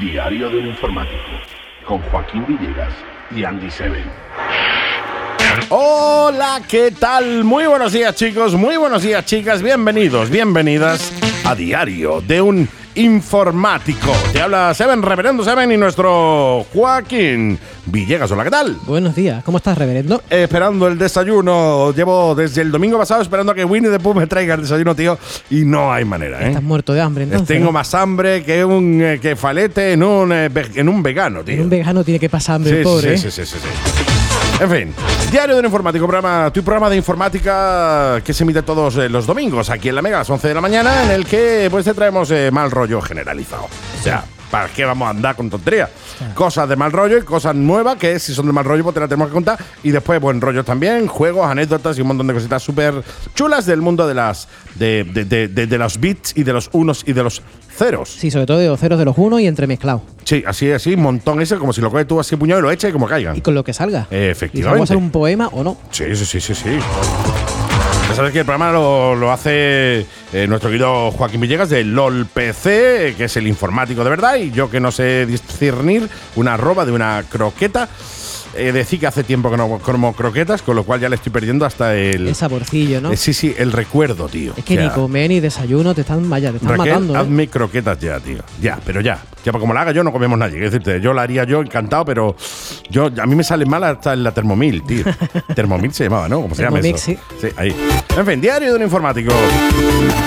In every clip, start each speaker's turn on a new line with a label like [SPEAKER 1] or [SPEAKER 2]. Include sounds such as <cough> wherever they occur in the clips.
[SPEAKER 1] Diario de un informático con Joaquín Villegas y Andy Seven.
[SPEAKER 2] Hola, ¿qué tal? Muy buenos días chicos, muy buenos días chicas, bienvenidos, bienvenidas a Diario de un Informático. Te habla Seven, Reverendo Seven y nuestro Joaquín Villegas. Hola, ¿qué tal?
[SPEAKER 3] Buenos días, ¿cómo estás, reverendo?
[SPEAKER 2] Esperando el desayuno, llevo desde el domingo pasado esperando a que Winnie the Pooh me traiga el desayuno, tío, y no hay manera, ¿eh?
[SPEAKER 3] Estás muerto de hambre, entonces.
[SPEAKER 2] Tengo más hambre que un eh, que falete en un, eh, ve- en un vegano, tío.
[SPEAKER 3] En un vegano tiene que pasar hambre, el pobre.
[SPEAKER 2] Sí,
[SPEAKER 3] ¿eh?
[SPEAKER 2] sí, sí, sí, sí. En fin, Diario del Informático, programa, tu programa de informática que se emite todos eh, los domingos aquí en la Mega a las 11 de la mañana, en el que pues te traemos eh, mal rollo generalizado. O sea, ¿para qué vamos a andar con tonterías?
[SPEAKER 3] Ah.
[SPEAKER 2] Cosas de mal rollo y cosas nuevas que si son de mal rollo pues te las tenemos que contar. Y después buen rollo también, juegos, anécdotas y un montón de cositas súper chulas del mundo de las de, de- de- de- de los bits y de los unos y de los ceros.
[SPEAKER 3] Sí, sobre todo de los ceros de los unos y entremezclados.
[SPEAKER 2] Sí, así, así, montón ese, como si lo coges tú así puñado y lo echas y como caigan.
[SPEAKER 3] Y con lo que salga.
[SPEAKER 2] Efectivamente.
[SPEAKER 3] Y si vamos a hacer un poema o no.
[SPEAKER 2] Sí, sí, sí, sí, sí. Ya sabes que el programa lo, lo hace eh, nuestro querido Joaquín Villegas de LOLPC, eh, que es el informático de verdad, y yo que no sé discernir una arroba de una croqueta. Eh, decí que hace tiempo que no como croquetas, con lo cual ya le estoy perdiendo hasta el.
[SPEAKER 3] El saborcillo, ¿no?
[SPEAKER 2] eh, sí, sí, el recuerdo, tío.
[SPEAKER 3] Es que
[SPEAKER 2] O sea,
[SPEAKER 3] ni comer ni desayuno te están, vaya, te están
[SPEAKER 2] Raquel,
[SPEAKER 3] matando. ¿eh?
[SPEAKER 2] hazme croquetas ya, tío. Ya, pero ya. Ya, pues como la haga yo, no comemos nadie. Quiero decirte, yo la haría yo encantado, pero yo a mí me sale mal hasta en la Thermomil,
[SPEAKER 3] <laughs>
[SPEAKER 2] tío. Thermomil se llamaba, ¿no? ¿Cómo se llama eso?
[SPEAKER 3] Thermomix, sí.
[SPEAKER 2] ahí. En fin, diario de un informático.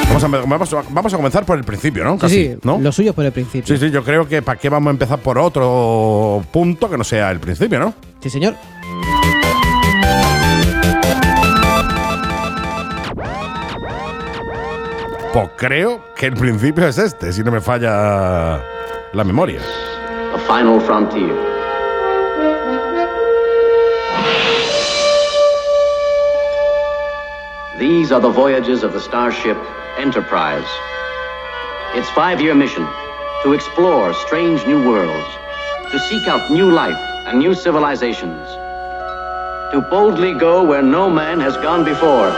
[SPEAKER 2] Vamos a, vamos a- vamos a comenzar por el principio, ¿no?
[SPEAKER 3] Sí,
[SPEAKER 2] Casi,
[SPEAKER 3] sí,
[SPEAKER 2] ¿no?
[SPEAKER 3] lo suyo es por el principio.
[SPEAKER 2] Sí, sí, yo creo que para qué vamos a empezar por otro punto que no sea el principio, ¿no?
[SPEAKER 3] Sí, señor.
[SPEAKER 2] Pues creo que el principio es este, si no me falla la memoria.
[SPEAKER 4] a final frontier. These are the voyages of the starship Enterprise. Its five year mission to explore strange new worlds, to seek out new life and new civilizations, to boldly go where no man has gone before.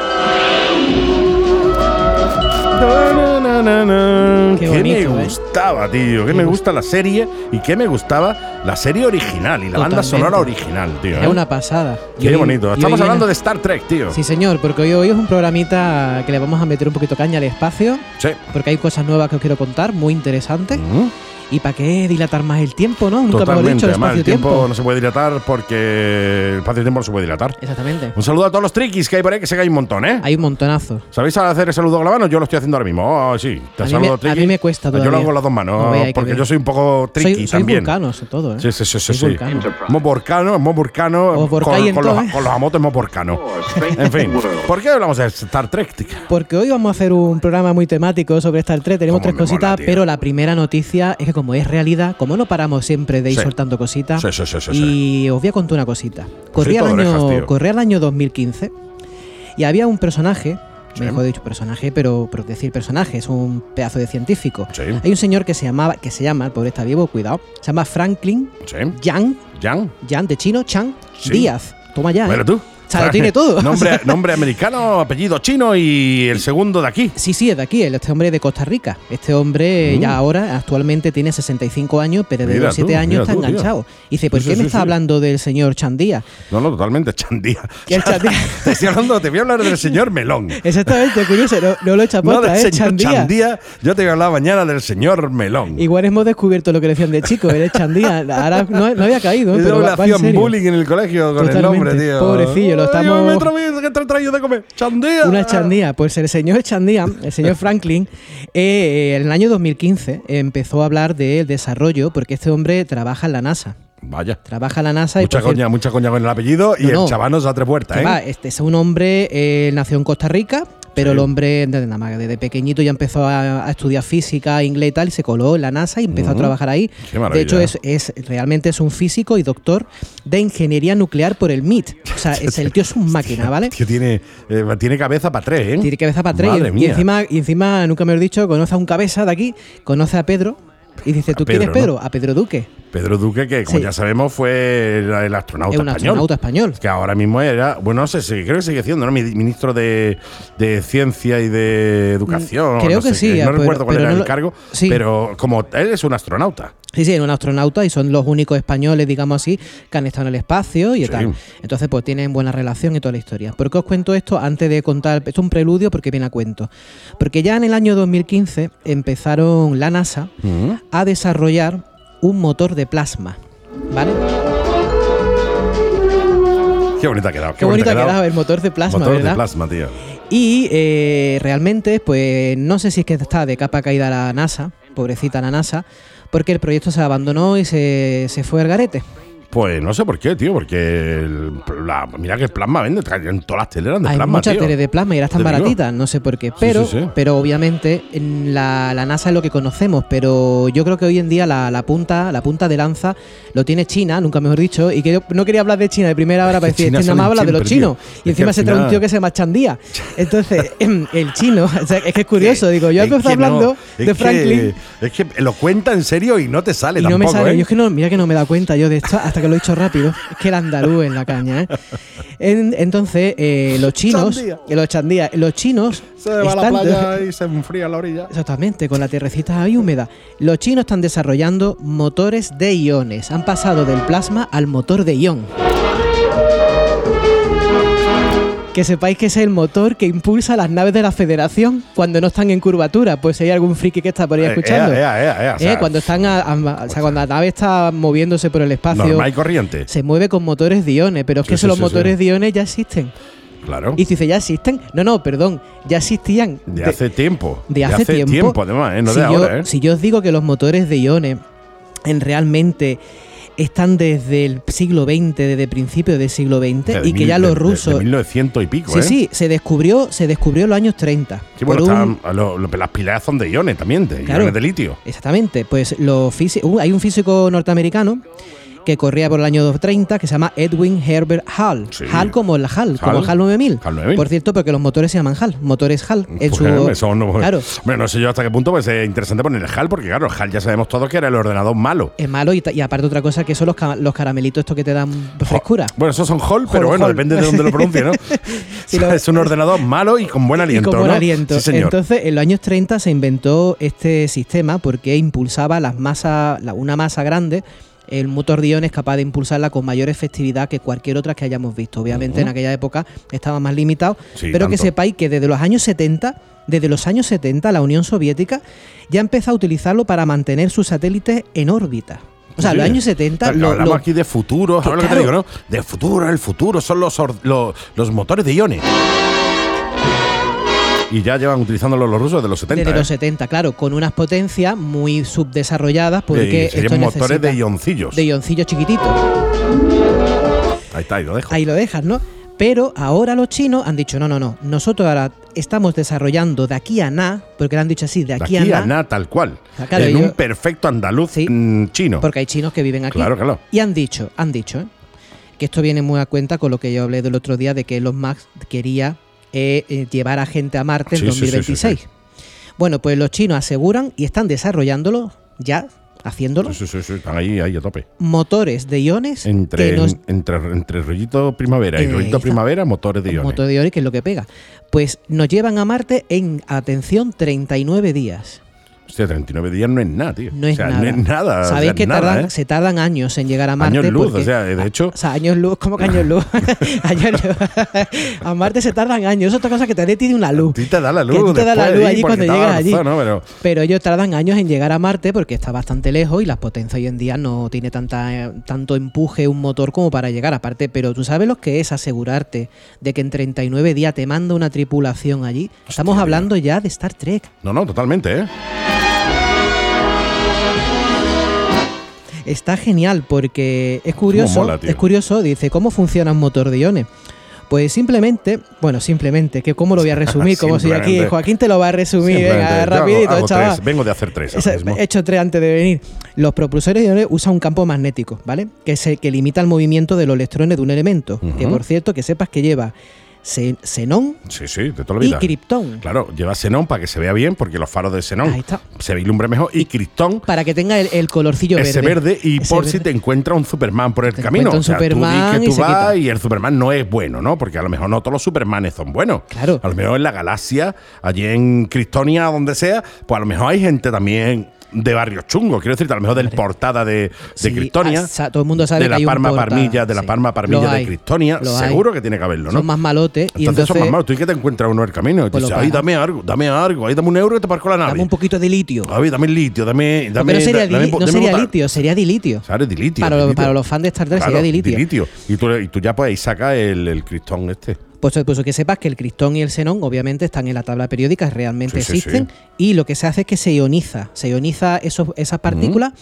[SPEAKER 2] Na, na, na, na.
[SPEAKER 3] Qué
[SPEAKER 2] Que me
[SPEAKER 3] bonito, ¿eh?
[SPEAKER 2] gustaba, tío. Que me gusta la serie y que me gustaba la serie original y la banda
[SPEAKER 3] Totalmente.
[SPEAKER 2] sonora original, tío.
[SPEAKER 3] Es
[SPEAKER 2] ¿eh?
[SPEAKER 3] una pasada. Y
[SPEAKER 2] Qué
[SPEAKER 3] hoy- y
[SPEAKER 2] bonito.
[SPEAKER 3] hoy
[SPEAKER 2] Estamos
[SPEAKER 3] viene-
[SPEAKER 2] hablando de Star Trek, tío.
[SPEAKER 3] Sí, señor, porque hoy, hoy es un programita que le vamos a meter un poquito caña al espacio,
[SPEAKER 2] Sí.
[SPEAKER 3] porque hay cosas nuevas que os quiero contar, muy interesantes.
[SPEAKER 2] Mm.
[SPEAKER 3] ¿Y para qué dilatar más el tiempo, no? Nunca mejor
[SPEAKER 2] Totalmente.
[SPEAKER 3] dicho, el
[SPEAKER 2] Además, el tiempo,
[SPEAKER 3] espacio-tiempo.
[SPEAKER 2] no se puede dilatar porque el espacio-tiempo no se puede dilatar.
[SPEAKER 3] Exactamente.
[SPEAKER 2] Un saludo a todos los triquis que hay por ahí, que sé que hay un montón, ¿eh?
[SPEAKER 3] Hay un montonazo.
[SPEAKER 2] ¿Sabéis hacer el saludo con la mano? Yo lo estoy haciendo ahora mismo. Oh, sí, te
[SPEAKER 3] A mí
[SPEAKER 2] saludo
[SPEAKER 3] me- a
[SPEAKER 2] triqui.
[SPEAKER 3] mí me cuesta
[SPEAKER 2] Yo lo
[SPEAKER 3] todavía.
[SPEAKER 2] hago con las dos manos,
[SPEAKER 3] No, vea, hay que
[SPEAKER 2] porque
[SPEAKER 3] ver.
[SPEAKER 2] yo soy un poco triqui
[SPEAKER 3] soy, soy
[SPEAKER 2] también.
[SPEAKER 3] vulcano, sobre todo. ¿eh?
[SPEAKER 2] Sí, sí, sí, sí.
[SPEAKER 3] Soy
[SPEAKER 2] sí.
[SPEAKER 3] vulcano.
[SPEAKER 4] Enterprise.
[SPEAKER 2] Mos Borcano, Mos Borcano,
[SPEAKER 3] Mos
[SPEAKER 2] con,
[SPEAKER 3] Borcay en
[SPEAKER 2] con los,
[SPEAKER 3] todo, ¿eh?
[SPEAKER 2] con los amotes Mos Borcano.
[SPEAKER 4] Or
[SPEAKER 2] <laughs>
[SPEAKER 4] strange
[SPEAKER 2] En fin,
[SPEAKER 4] worlds.
[SPEAKER 2] ¿por qué hablamos de Star Trek? tica?
[SPEAKER 3] Porque hoy vamos a hacer un programa muy temático sobre Star Trek. Tenemos
[SPEAKER 2] Cómo
[SPEAKER 3] tres
[SPEAKER 2] me
[SPEAKER 3] cositas,
[SPEAKER 2] mola, tío.
[SPEAKER 3] pero la primera noticia es que como es realidad, como no paramos siempre de ir
[SPEAKER 2] Sí.
[SPEAKER 3] soltando cositas,
[SPEAKER 2] Sí, sí, sí, sí,
[SPEAKER 3] y os voy a contar una cosita.
[SPEAKER 2] Cosita
[SPEAKER 3] Corría el,
[SPEAKER 2] de
[SPEAKER 3] año,
[SPEAKER 2] orejas, tío.
[SPEAKER 3] corría el año 2015 y había un personaje,
[SPEAKER 2] Sí.
[SPEAKER 3] mejor dicho personaje, pero, pero decir personaje, es un pedazo de científico.
[SPEAKER 2] Sí.
[SPEAKER 3] Hay un señor que se llamaba, que se llama, el pobre está vivo, cuidado, se llama Franklin
[SPEAKER 2] Sí.
[SPEAKER 3] Yang,
[SPEAKER 2] Jan.
[SPEAKER 3] Yang de chino, Chang
[SPEAKER 2] Sí.
[SPEAKER 3] Díaz. Toma ya.
[SPEAKER 2] Bueno,
[SPEAKER 3] ¿eh?
[SPEAKER 2] tú.
[SPEAKER 3] O sea,
[SPEAKER 2] <laughs>
[SPEAKER 3] lo tiene todo. <laughs>
[SPEAKER 2] nombre, nombre americano, apellido chino y el segundo de aquí.
[SPEAKER 3] Sí, sí, es de aquí, el- este hombre de Costa Rica. Este hombre
[SPEAKER 2] Mm.
[SPEAKER 3] ya ahora actualmente tiene 65 años, pero desde
[SPEAKER 2] Mira
[SPEAKER 3] los 7
[SPEAKER 2] tú, mira
[SPEAKER 3] años está
[SPEAKER 2] tú, tío.
[SPEAKER 3] enganchado. Y dice, ¿por
[SPEAKER 2] Sí,
[SPEAKER 3] qué
[SPEAKER 2] sí,
[SPEAKER 3] me
[SPEAKER 2] sí,
[SPEAKER 3] está
[SPEAKER 2] sí.
[SPEAKER 3] hablando del
[SPEAKER 2] <laughs>
[SPEAKER 3] señor Chandía?
[SPEAKER 2] No, no, totalmente Chandía.
[SPEAKER 3] Que el Chandía-
[SPEAKER 2] <laughs> te estoy hablando, te voy a hablar
[SPEAKER 3] <laughs>
[SPEAKER 2] del señor Melón.
[SPEAKER 3] Exactamente, curioso, no, no lo echa
[SPEAKER 2] No
[SPEAKER 3] posta,
[SPEAKER 2] del
[SPEAKER 3] ¿eh?
[SPEAKER 2] señor
[SPEAKER 3] Chandía.
[SPEAKER 2] Chandía. Yo te voy a hablar mañana del señor Melón.
[SPEAKER 3] Igual hemos descubierto lo que decían de chico, eres Chandía. Ahora no, no había caído, ¿eh?
[SPEAKER 2] Yo
[SPEAKER 3] pero
[SPEAKER 2] le
[SPEAKER 3] va- va en
[SPEAKER 2] hacían
[SPEAKER 3] serio.
[SPEAKER 2] bullying en el colegio con el
[SPEAKER 3] Totalmente.
[SPEAKER 2] nombre, tío.
[SPEAKER 3] Pobrecillo, lo
[SPEAKER 2] Ay,
[SPEAKER 3] estamos-
[SPEAKER 2] me tra- ¿Qué te he traído de comer? Chandía.
[SPEAKER 3] Una chandía. Pues el señor Chandía, el señor Franklin, eh, en el año 2015 empezó a hablar del desarrollo porque este hombre trabaja en la NASA.
[SPEAKER 2] Vaya.
[SPEAKER 3] Trabaja en la NASA y
[SPEAKER 2] Mucha
[SPEAKER 3] por cierto-
[SPEAKER 2] coña, mucha coña con el apellido y
[SPEAKER 3] No,
[SPEAKER 2] el
[SPEAKER 3] no.
[SPEAKER 2] chaval nos da tres vueltas,
[SPEAKER 3] Que
[SPEAKER 2] ¿eh?
[SPEAKER 3] va, este es un hombre, eh, nació en Costa Rica, pero
[SPEAKER 2] Sí.
[SPEAKER 3] el hombre desde, nada más, desde pequeñito ya empezó a, a estudiar física, inglés y tal, y se coló en la NASA y empezó
[SPEAKER 2] Ujú.
[SPEAKER 3] a trabajar ahí.
[SPEAKER 2] Qué maravilla.
[SPEAKER 3] de hecho, es, es- realmente es un físico y doctor de ingeniería nuclear por el MIT.
[SPEAKER 2] <laughs>
[SPEAKER 3] O sea, es, el tío es un máquina, ¿vale?
[SPEAKER 2] Tío, tiene, eh, tiene cabeza para tres, ¿eh?
[SPEAKER 3] Tiene cabeza para tres.
[SPEAKER 2] Madre
[SPEAKER 3] y, y
[SPEAKER 2] mía.
[SPEAKER 3] encima, y encima, nunca me lo he dicho, conoce a un cabeza de aquí, conoce a Pedro y dice, ¿tú quién
[SPEAKER 2] Pedro,
[SPEAKER 3] es Pedro? A Pedro Duque.
[SPEAKER 2] Pedro Duque, que como
[SPEAKER 3] Sí.
[SPEAKER 2] ya sabemos fue el, el astronauta
[SPEAKER 3] Es un
[SPEAKER 2] español.
[SPEAKER 3] astronauta español.
[SPEAKER 2] Que ahora mismo era, bueno, no sé, sí, creo que sigue siendo, ¿no? Mi- Ministro de, de Ciencia y de Educación.
[SPEAKER 3] Mm, creo
[SPEAKER 2] no
[SPEAKER 3] que
[SPEAKER 2] sé,
[SPEAKER 3] sí,
[SPEAKER 2] No
[SPEAKER 3] pero-
[SPEAKER 2] recuerdo cuál
[SPEAKER 3] pero
[SPEAKER 2] era
[SPEAKER 3] no
[SPEAKER 2] el
[SPEAKER 3] lo-
[SPEAKER 2] cargo,
[SPEAKER 3] sí.
[SPEAKER 2] pero como él es un astronauta.
[SPEAKER 3] Sí, sí, era un astronauta y son los únicos españoles, digamos así, que han estado en el espacio y
[SPEAKER 2] Sí.
[SPEAKER 3] tal. Entonces, pues tienen buena relación y toda la historia. ¿Por qué os cuento esto antes de contar? Esto es un preludio porque viene a cuento. Porque ya en el año 2015 empezaron la NASA
[SPEAKER 2] Mm.
[SPEAKER 3] a desarrollar un motor de plasma. ¿Vale?
[SPEAKER 2] Qué bonita ha quedado.
[SPEAKER 3] Qué bonito
[SPEAKER 2] bonita
[SPEAKER 3] ha quedado el motor de plasma,
[SPEAKER 2] Motor
[SPEAKER 3] ¿verdad?
[SPEAKER 2] de plasma, tío.
[SPEAKER 3] Y eh, realmente, pues no sé si es que está de capa caída la NASA, pobrecita la NASA, porque el proyecto se abandonó y se, se fue al garete.
[SPEAKER 2] Pues no sé por qué, tío, porque el- la- mira que el plasma vende, en todas las teles eran de
[SPEAKER 3] Hay
[SPEAKER 2] plasma,
[SPEAKER 3] muchas
[SPEAKER 2] tío.
[SPEAKER 3] teles de plasma y eran tan
[SPEAKER 2] Te digo.
[SPEAKER 3] baratitas, no sé por qué. Pero,
[SPEAKER 2] sí, sí.
[SPEAKER 3] pero obviamente en la, la NASA es lo que conocemos, pero yo creo que hoy en día la, la punta, la punta de lanza lo tiene China, nunca mejor dicho, y que yo no quería hablar de China de primera hora para
[SPEAKER 2] Es que
[SPEAKER 3] decir,
[SPEAKER 2] China
[SPEAKER 3] este nada más
[SPEAKER 2] salen
[SPEAKER 3] habla de los
[SPEAKER 2] siempre,
[SPEAKER 3] chinos.
[SPEAKER 2] tío. Es
[SPEAKER 3] Y
[SPEAKER 2] que
[SPEAKER 3] encima
[SPEAKER 2] al
[SPEAKER 3] se trae un
[SPEAKER 2] final-
[SPEAKER 3] tío que se
[SPEAKER 2] <laughs>
[SPEAKER 3] llama Chandía. Entonces, <laughs> el chino, o sea, es que es curioso, digo, yo
[SPEAKER 2] Es
[SPEAKER 3] empecé
[SPEAKER 2] que no,
[SPEAKER 3] hablando
[SPEAKER 2] es
[SPEAKER 3] de
[SPEAKER 2] que-
[SPEAKER 3] Franklin.
[SPEAKER 2] es que lo cuenta en serio y no te sale
[SPEAKER 3] Y no
[SPEAKER 2] tampoco,
[SPEAKER 3] me sale,
[SPEAKER 2] ¿eh?
[SPEAKER 3] yo es que no, mira que no me he dado cuenta yo de esto hasta que lo he hecho rápido. <laughs> Es que el andaluz en la caña, ¿eh? En- entonces, eh, los chinos,
[SPEAKER 2] Chandía.
[SPEAKER 3] eh, los chandías, los chinos
[SPEAKER 2] Se va a la
[SPEAKER 3] están-
[SPEAKER 2] playa ¿eh? y se enfría la orilla.
[SPEAKER 3] <laughs> Exactamente, con la tierrecita ahí húmeda. Los chinos están desarrollando motores de iones. Han pasado del plasma al motor de ion. Que sepáis que ese es el motor que impulsa las naves de la Federación cuando no están en curvatura. Pues si hay algún friki que está por ahí
[SPEAKER 2] Eh,
[SPEAKER 3] escuchando.
[SPEAKER 2] ea, ea, ea, ea, o
[SPEAKER 3] Eh,
[SPEAKER 2] sea,
[SPEAKER 3] cuando están a- a- o sea, cuando la nave está moviéndose por el espacio,
[SPEAKER 2] Normal y corriente.
[SPEAKER 3] se mueve con motores de iones, pero es
[SPEAKER 2] Sí,
[SPEAKER 3] que
[SPEAKER 2] sí,
[SPEAKER 3] esos los
[SPEAKER 2] sí,
[SPEAKER 3] motores
[SPEAKER 2] sí.
[SPEAKER 3] de iones ya existen.
[SPEAKER 2] Claro.
[SPEAKER 3] Y tú dices, ¿ya existen? No, no, perdón, ya existían.
[SPEAKER 2] de,
[SPEAKER 3] De-
[SPEAKER 2] hace tiempo.
[SPEAKER 3] de hace, tiempo.
[SPEAKER 2] además, ¿eh? No
[SPEAKER 3] si
[SPEAKER 2] de
[SPEAKER 3] yo,
[SPEAKER 2] ahora, ¿eh?
[SPEAKER 3] Si yo os digo que los motores de iones en realmente están desde el siglo XX, desde principios del siglo XX,
[SPEAKER 2] O sea, de
[SPEAKER 3] este, y que
[SPEAKER 2] mil-
[SPEAKER 3] ya
[SPEAKER 2] de-
[SPEAKER 3] los
[SPEAKER 2] de-
[SPEAKER 3] rusos.
[SPEAKER 2] De, 1900 y pico,
[SPEAKER 3] sí,
[SPEAKER 2] ¿eh?
[SPEAKER 3] sí, se descubrió, se descubrió en los años 30.
[SPEAKER 2] Sí, bueno,
[SPEAKER 3] por un-
[SPEAKER 2] estaban- lo- lo- las pilas son de iones también, de
[SPEAKER 3] Claro.
[SPEAKER 2] iones de litio.
[SPEAKER 3] Exactamente, pues los físi- uh, hay un físico norteamericano que corría por el año 30 que se llama Edwin Herbert Hall.
[SPEAKER 2] Sí.
[SPEAKER 3] Hall como la Hall, como
[SPEAKER 2] Hall.
[SPEAKER 3] el Hall 9000.
[SPEAKER 2] Hal 9000.
[SPEAKER 3] Por cierto, porque los motores se llaman Hall, motores Hall. en
[SPEAKER 2] Pues,
[SPEAKER 3] su-
[SPEAKER 2] eh, eso no,
[SPEAKER 3] claro,
[SPEAKER 2] Hombre, no sé yo hasta qué punto pues, es interesante poner el HAL, porque claro, el HAL ya sabemos todos que era el ordenador malo.
[SPEAKER 3] es malo y, ta- y aparte otra cosa que son los, ca- los caramelitos estos que te dan frescura.
[SPEAKER 2] Bueno, esos son HAL, pero
[SPEAKER 3] Hall,
[SPEAKER 2] bueno,
[SPEAKER 3] Hall.
[SPEAKER 2] depende de dónde lo pronuncie, ¿no?
[SPEAKER 3] <laughs> Sí,
[SPEAKER 2] O sea, <laughs>
[SPEAKER 3] lo-
[SPEAKER 2] es un ordenador malo y con buen aliento.
[SPEAKER 3] y con buen
[SPEAKER 2] ¿no?
[SPEAKER 3] aliento.
[SPEAKER 2] Sí, señor.
[SPEAKER 3] Entonces, en los años 30 se inventó este sistema porque impulsaba las masas, la- una masa grande. El motor de ion es capaz de impulsarla con mayor efectividad que cualquier otra que hayamos visto. Obviamente, en aquella época estaba más limitado.
[SPEAKER 2] Sí,
[SPEAKER 3] pero que
[SPEAKER 2] tanto.
[SPEAKER 3] sepáis que desde los años 70, desde los años 70, la Unión Soviética ya empezó a utilizarlo para mantener sus satélites en órbita. O sea,
[SPEAKER 2] Sí.
[SPEAKER 3] los años 70
[SPEAKER 2] Claro,
[SPEAKER 3] lo-
[SPEAKER 2] hablamos
[SPEAKER 3] lo-
[SPEAKER 2] aquí de futuro, ¿sabes lo que te digo,
[SPEAKER 3] Claro.
[SPEAKER 2] no? De futuro, el futuro son los, or- lo- los motores de iones. Y ya llevan utilizándolo los rusos desde los 70.
[SPEAKER 3] desde los
[SPEAKER 2] ¿eh?
[SPEAKER 3] 70, claro, con unas potencias muy subdesarrolladas porque
[SPEAKER 2] Y serían
[SPEAKER 3] esto
[SPEAKER 2] motores
[SPEAKER 3] necesita-
[SPEAKER 2] de ioncillos.
[SPEAKER 3] de ioncillos chiquititos.
[SPEAKER 2] Ahí está, ahí lo dejo.
[SPEAKER 3] Ahí lo dejas, ¿no? Pero ahora los chinos han dicho, no, no, no, nosotros ahora estamos desarrollando de aquí a nada, porque lo han dicho así, de
[SPEAKER 2] De
[SPEAKER 3] aquí, a nada,
[SPEAKER 2] nada, tal cual.
[SPEAKER 3] Ah, claro,
[SPEAKER 2] en
[SPEAKER 3] yo-
[SPEAKER 2] un perfecto andaluz
[SPEAKER 3] Sí.
[SPEAKER 2] mm, chino.
[SPEAKER 3] porque hay chinos que viven aquí.
[SPEAKER 2] Claro, claro.
[SPEAKER 3] Y han dicho, han dicho, ¿eh? que esto viene muy a cuenta con lo que yo hablé del otro día de que Elon Musk quería eh, eh, llevar a gente a Marte
[SPEAKER 2] Sí,
[SPEAKER 3] en
[SPEAKER 2] sí, sí, sí,
[SPEAKER 3] 2026.
[SPEAKER 2] sí.
[SPEAKER 3] Bueno, pues los chinos aseguran y están desarrollándolo ya, haciéndolo,
[SPEAKER 2] Sí, sí, sí, sí, están ahí, ahí a tope.
[SPEAKER 3] motores de iones
[SPEAKER 2] Entre,
[SPEAKER 3] que nos
[SPEAKER 2] entre, entre rollito primavera y
[SPEAKER 3] Eh,
[SPEAKER 2] rollito
[SPEAKER 3] está.
[SPEAKER 2] primavera, motores de iones.
[SPEAKER 3] motor de iones, que es lo que pega. Pues nos llevan a Marte en, atención, 39 días.
[SPEAKER 2] Hostia, 39 días no es nada, tío.
[SPEAKER 3] No es
[SPEAKER 2] o sea,
[SPEAKER 3] nada.
[SPEAKER 2] No es nada. o
[SPEAKER 3] Sabéis
[SPEAKER 2] sea,
[SPEAKER 3] que
[SPEAKER 2] nada,
[SPEAKER 3] tardan,
[SPEAKER 2] ¿eh?
[SPEAKER 3] se tardan años en llegar a Marte.
[SPEAKER 2] Años luz,
[SPEAKER 3] porque-
[SPEAKER 2] o sea, de hecho-
[SPEAKER 3] O sea, años luz, ¿cómo que
[SPEAKER 2] <laughs>
[SPEAKER 3] años luz? <laughs> años luz. <laughs> a Marte se tardan años. Es otra cosa que te detiene una luz.
[SPEAKER 2] A ti te da la
[SPEAKER 3] Que
[SPEAKER 2] luz.
[SPEAKER 3] a ti te da la
[SPEAKER 2] después,
[SPEAKER 3] luz
[SPEAKER 2] ahí,
[SPEAKER 3] allí
[SPEAKER 2] porque
[SPEAKER 3] cuando
[SPEAKER 2] te da
[SPEAKER 3] llegas
[SPEAKER 2] la
[SPEAKER 3] allí.
[SPEAKER 2] razón, ¿no? Pero-
[SPEAKER 3] Pero ellos tardan años en llegar a Marte porque está bastante lejos y las potencias hoy en día no tiene tanta, eh, tanto empuje un motor como para llegar aparte. Pero tú sabes lo que es asegurarte de que en 39 días te manda una tripulación allí. Estamos
[SPEAKER 2] Hostia.
[SPEAKER 3] hablando ya de Star Trek.
[SPEAKER 2] No, no, totalmente, ¿eh?
[SPEAKER 3] Está genial porque es curioso,
[SPEAKER 2] mola, tío.
[SPEAKER 3] es curioso, dice, ¿cómo funciona un motor de iones? Pues simplemente, bueno, simplemente, que cómo lo voy
[SPEAKER 2] <laughs>
[SPEAKER 3] a resumir, como si aquí
[SPEAKER 2] Simplemente.
[SPEAKER 3] Joaquín te lo va a resumir,
[SPEAKER 2] Simplemente, yo
[SPEAKER 3] venga,
[SPEAKER 2] hago-
[SPEAKER 3] rapidito,
[SPEAKER 2] hago
[SPEAKER 3] chaval.
[SPEAKER 2] tres, Vengo de hacer tres. ahora
[SPEAKER 3] Esa-
[SPEAKER 2] mismo.
[SPEAKER 3] He hecho tres antes de venir. Los propulsores de iones usan un campo magnético, ¿vale? Que es el que limita el movimiento de los electrones de un elemento. Que
[SPEAKER 2] Ujú.
[SPEAKER 3] por cierto, que sepas que lleva Xen- Xenón
[SPEAKER 2] Sí, sí, de toda la
[SPEAKER 3] y
[SPEAKER 2] vida.
[SPEAKER 3] Krypton.
[SPEAKER 2] Claro, lleva xenón para que se vea bien, porque los faros de xenón
[SPEAKER 3] Ahí está.
[SPEAKER 2] se vislumbren mejor. Y cristón,
[SPEAKER 3] Para que tenga el, el colorcillo
[SPEAKER 2] ese
[SPEAKER 3] verde.
[SPEAKER 2] verde. y
[SPEAKER 3] Ese
[SPEAKER 2] por si
[SPEAKER 3] verde.
[SPEAKER 2] te encuentra un Superman por el
[SPEAKER 3] Te
[SPEAKER 2] camino.
[SPEAKER 3] encuentra un
[SPEAKER 2] O sea, tú di
[SPEAKER 3] Superman
[SPEAKER 2] que
[SPEAKER 3] y
[SPEAKER 2] tú
[SPEAKER 3] se
[SPEAKER 2] vas
[SPEAKER 3] quita.
[SPEAKER 2] y el Superman no es bueno, ¿no? Porque a lo mejor no todos los Supermanes son buenos.
[SPEAKER 3] Claro.
[SPEAKER 2] A lo mejor en la galaxia, allí en Cristonia, donde sea, pues a lo mejor hay gente también de barrios chungos. Quiero decirte, a lo mejor del portada de, de
[SPEAKER 3] Sí,
[SPEAKER 2] Cristonia.
[SPEAKER 3] ah, sa- todo el mundo sabe
[SPEAKER 2] de
[SPEAKER 3] que
[SPEAKER 2] la
[SPEAKER 3] hay un
[SPEAKER 2] Parma
[SPEAKER 3] portada,
[SPEAKER 2] Parmilla, de la
[SPEAKER 3] sí.
[SPEAKER 2] Parma
[SPEAKER 3] Los
[SPEAKER 2] Parmilla de
[SPEAKER 3] hay,
[SPEAKER 2] Cristonia.
[SPEAKER 3] los hay.
[SPEAKER 2] Seguro que tiene que haberlo, ¿no?
[SPEAKER 3] Son más malotes. y
[SPEAKER 2] Entonces, son
[SPEAKER 3] entonces,
[SPEAKER 2] más malos. Tú y que te encuentras uno en el camino. Y tú
[SPEAKER 3] Pues lo
[SPEAKER 2] dices, ay,
[SPEAKER 3] pagas.
[SPEAKER 2] dame algo, dame algo, ay, dame un euro que te parco la nave.
[SPEAKER 3] dame un poquito de litio.
[SPEAKER 2] A ver, dame litio, dame.
[SPEAKER 3] No,
[SPEAKER 2] dame
[SPEAKER 3] pero
[SPEAKER 2] da-
[SPEAKER 3] sería,
[SPEAKER 2] dame
[SPEAKER 3] dili-
[SPEAKER 2] po-
[SPEAKER 3] no
[SPEAKER 2] dame
[SPEAKER 3] sería
[SPEAKER 2] botar-
[SPEAKER 3] litio, sería dilitio.
[SPEAKER 2] ¿Sabes? Dilitio.
[SPEAKER 3] Para, lo-
[SPEAKER 2] dilitio.
[SPEAKER 3] para los fans de Star Trek
[SPEAKER 2] Claro,
[SPEAKER 3] sería dilitio.
[SPEAKER 2] Y tú, y tú ya pues ahí sacas el, el cristón este.
[SPEAKER 3] Pues, pues que sepas que el cristón y el xenón obviamente están en la tabla periódica, realmente
[SPEAKER 2] Sí, sí,
[SPEAKER 3] existen,
[SPEAKER 2] sí.
[SPEAKER 3] y lo que se hace es que se ioniza, se ioniza esos, esas partículas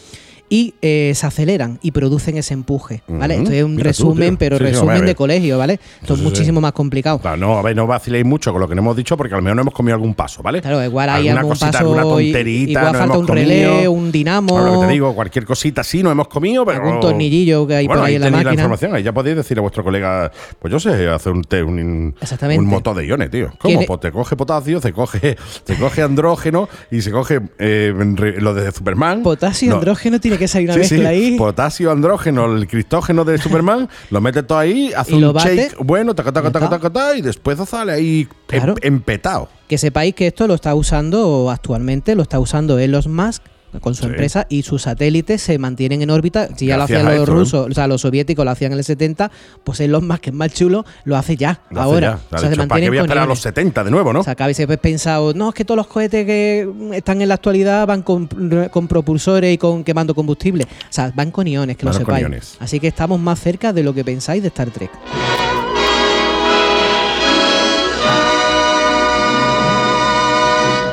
[SPEAKER 3] y eh, se aceleran y producen ese empuje, ¿vale?
[SPEAKER 2] Ujú.
[SPEAKER 3] Esto es un
[SPEAKER 2] Mira tú,
[SPEAKER 3] resumen,
[SPEAKER 2] tío.
[SPEAKER 3] pero
[SPEAKER 2] Sí, sí,
[SPEAKER 3] resumen
[SPEAKER 2] hombre.
[SPEAKER 3] de colegio, ¿vale? Esto
[SPEAKER 2] Sí,
[SPEAKER 3] es
[SPEAKER 2] sí, sí.
[SPEAKER 3] muchísimo más complicado.
[SPEAKER 2] Claro, no, a ver, no vaciléis mucho con lo que no hemos dicho porque a lo mejor no hemos comido algún paso, ¿vale?
[SPEAKER 3] Claro, igual hay
[SPEAKER 2] alguna
[SPEAKER 3] algún
[SPEAKER 2] cosita,
[SPEAKER 3] paso,
[SPEAKER 2] alguna
[SPEAKER 3] i-
[SPEAKER 2] tonterita.
[SPEAKER 3] igual
[SPEAKER 2] no
[SPEAKER 3] falta
[SPEAKER 2] hemos
[SPEAKER 3] un
[SPEAKER 2] comido.
[SPEAKER 3] relé, un dinamo.
[SPEAKER 2] Ahora lo que te digo, cualquier cosita así no hemos comido, pero.
[SPEAKER 3] Algún tornillillo que hay por
[SPEAKER 2] Bueno,
[SPEAKER 3] ahí en la
[SPEAKER 2] tenéis
[SPEAKER 3] máquina.
[SPEAKER 2] información, ahí ya podéis decir a vuestro colega, pues yo sé hacer un té, un,
[SPEAKER 3] Exactamente.
[SPEAKER 2] un motor de iones, tío. ¿Cómo?
[SPEAKER 3] ¿Quiere-
[SPEAKER 2] Pues te coge potasio, te coge, <laughs> te coge andrógeno y se coge eh, re- lo de Superman.
[SPEAKER 3] Potasio,
[SPEAKER 2] No.
[SPEAKER 3] andrógeno, tiene que salir una
[SPEAKER 2] Sí, Pues
[SPEAKER 3] mezcla
[SPEAKER 2] sí.
[SPEAKER 3] ahí.
[SPEAKER 2] Potasio, andrógeno, el cristógeno de
[SPEAKER 3] <laughs>
[SPEAKER 2] Superman, lo mete todo ahí, hace
[SPEAKER 3] Y lo
[SPEAKER 2] un
[SPEAKER 3] bate.
[SPEAKER 2] shake bueno, taca, taca,
[SPEAKER 3] Ya
[SPEAKER 2] taca,
[SPEAKER 3] está.
[SPEAKER 2] taca, taca, y después sale ahí em-
[SPEAKER 3] Claro.
[SPEAKER 2] empetado.
[SPEAKER 3] Que sepáis que esto lo está usando actualmente, lo está usando Elon Musk con su
[SPEAKER 2] Sí.
[SPEAKER 3] empresa y sus satélites se mantienen en órbita. Si ya
[SPEAKER 2] Gracias
[SPEAKER 3] lo
[SPEAKER 2] a
[SPEAKER 3] hacían los
[SPEAKER 2] esto, ¿eh?
[SPEAKER 3] rusos, o sea, los soviéticos lo hacían en el 70, pues Elon Musk, que es más chulo, lo hace ya,
[SPEAKER 2] Lo hace ya.
[SPEAKER 3] ahora. O
[SPEAKER 2] Ha
[SPEAKER 3] sea, se
[SPEAKER 2] dicho, ¿Para qué
[SPEAKER 3] mantienen
[SPEAKER 2] voy a
[SPEAKER 3] con
[SPEAKER 2] esperar a
[SPEAKER 3] iones.
[SPEAKER 2] los 70 de nuevo, no?
[SPEAKER 3] O sea, que habéis pensado, no, es que todos los cohetes que mm, están en la actualidad van con, con propulsores y con quemando combustible. O sea, van con iones, que
[SPEAKER 2] Van
[SPEAKER 3] lo
[SPEAKER 2] con
[SPEAKER 3] sepáis.
[SPEAKER 2] iones.
[SPEAKER 3] Así que estamos más cerca de lo que pensáis de Star Trek.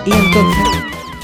[SPEAKER 3] Y entonces.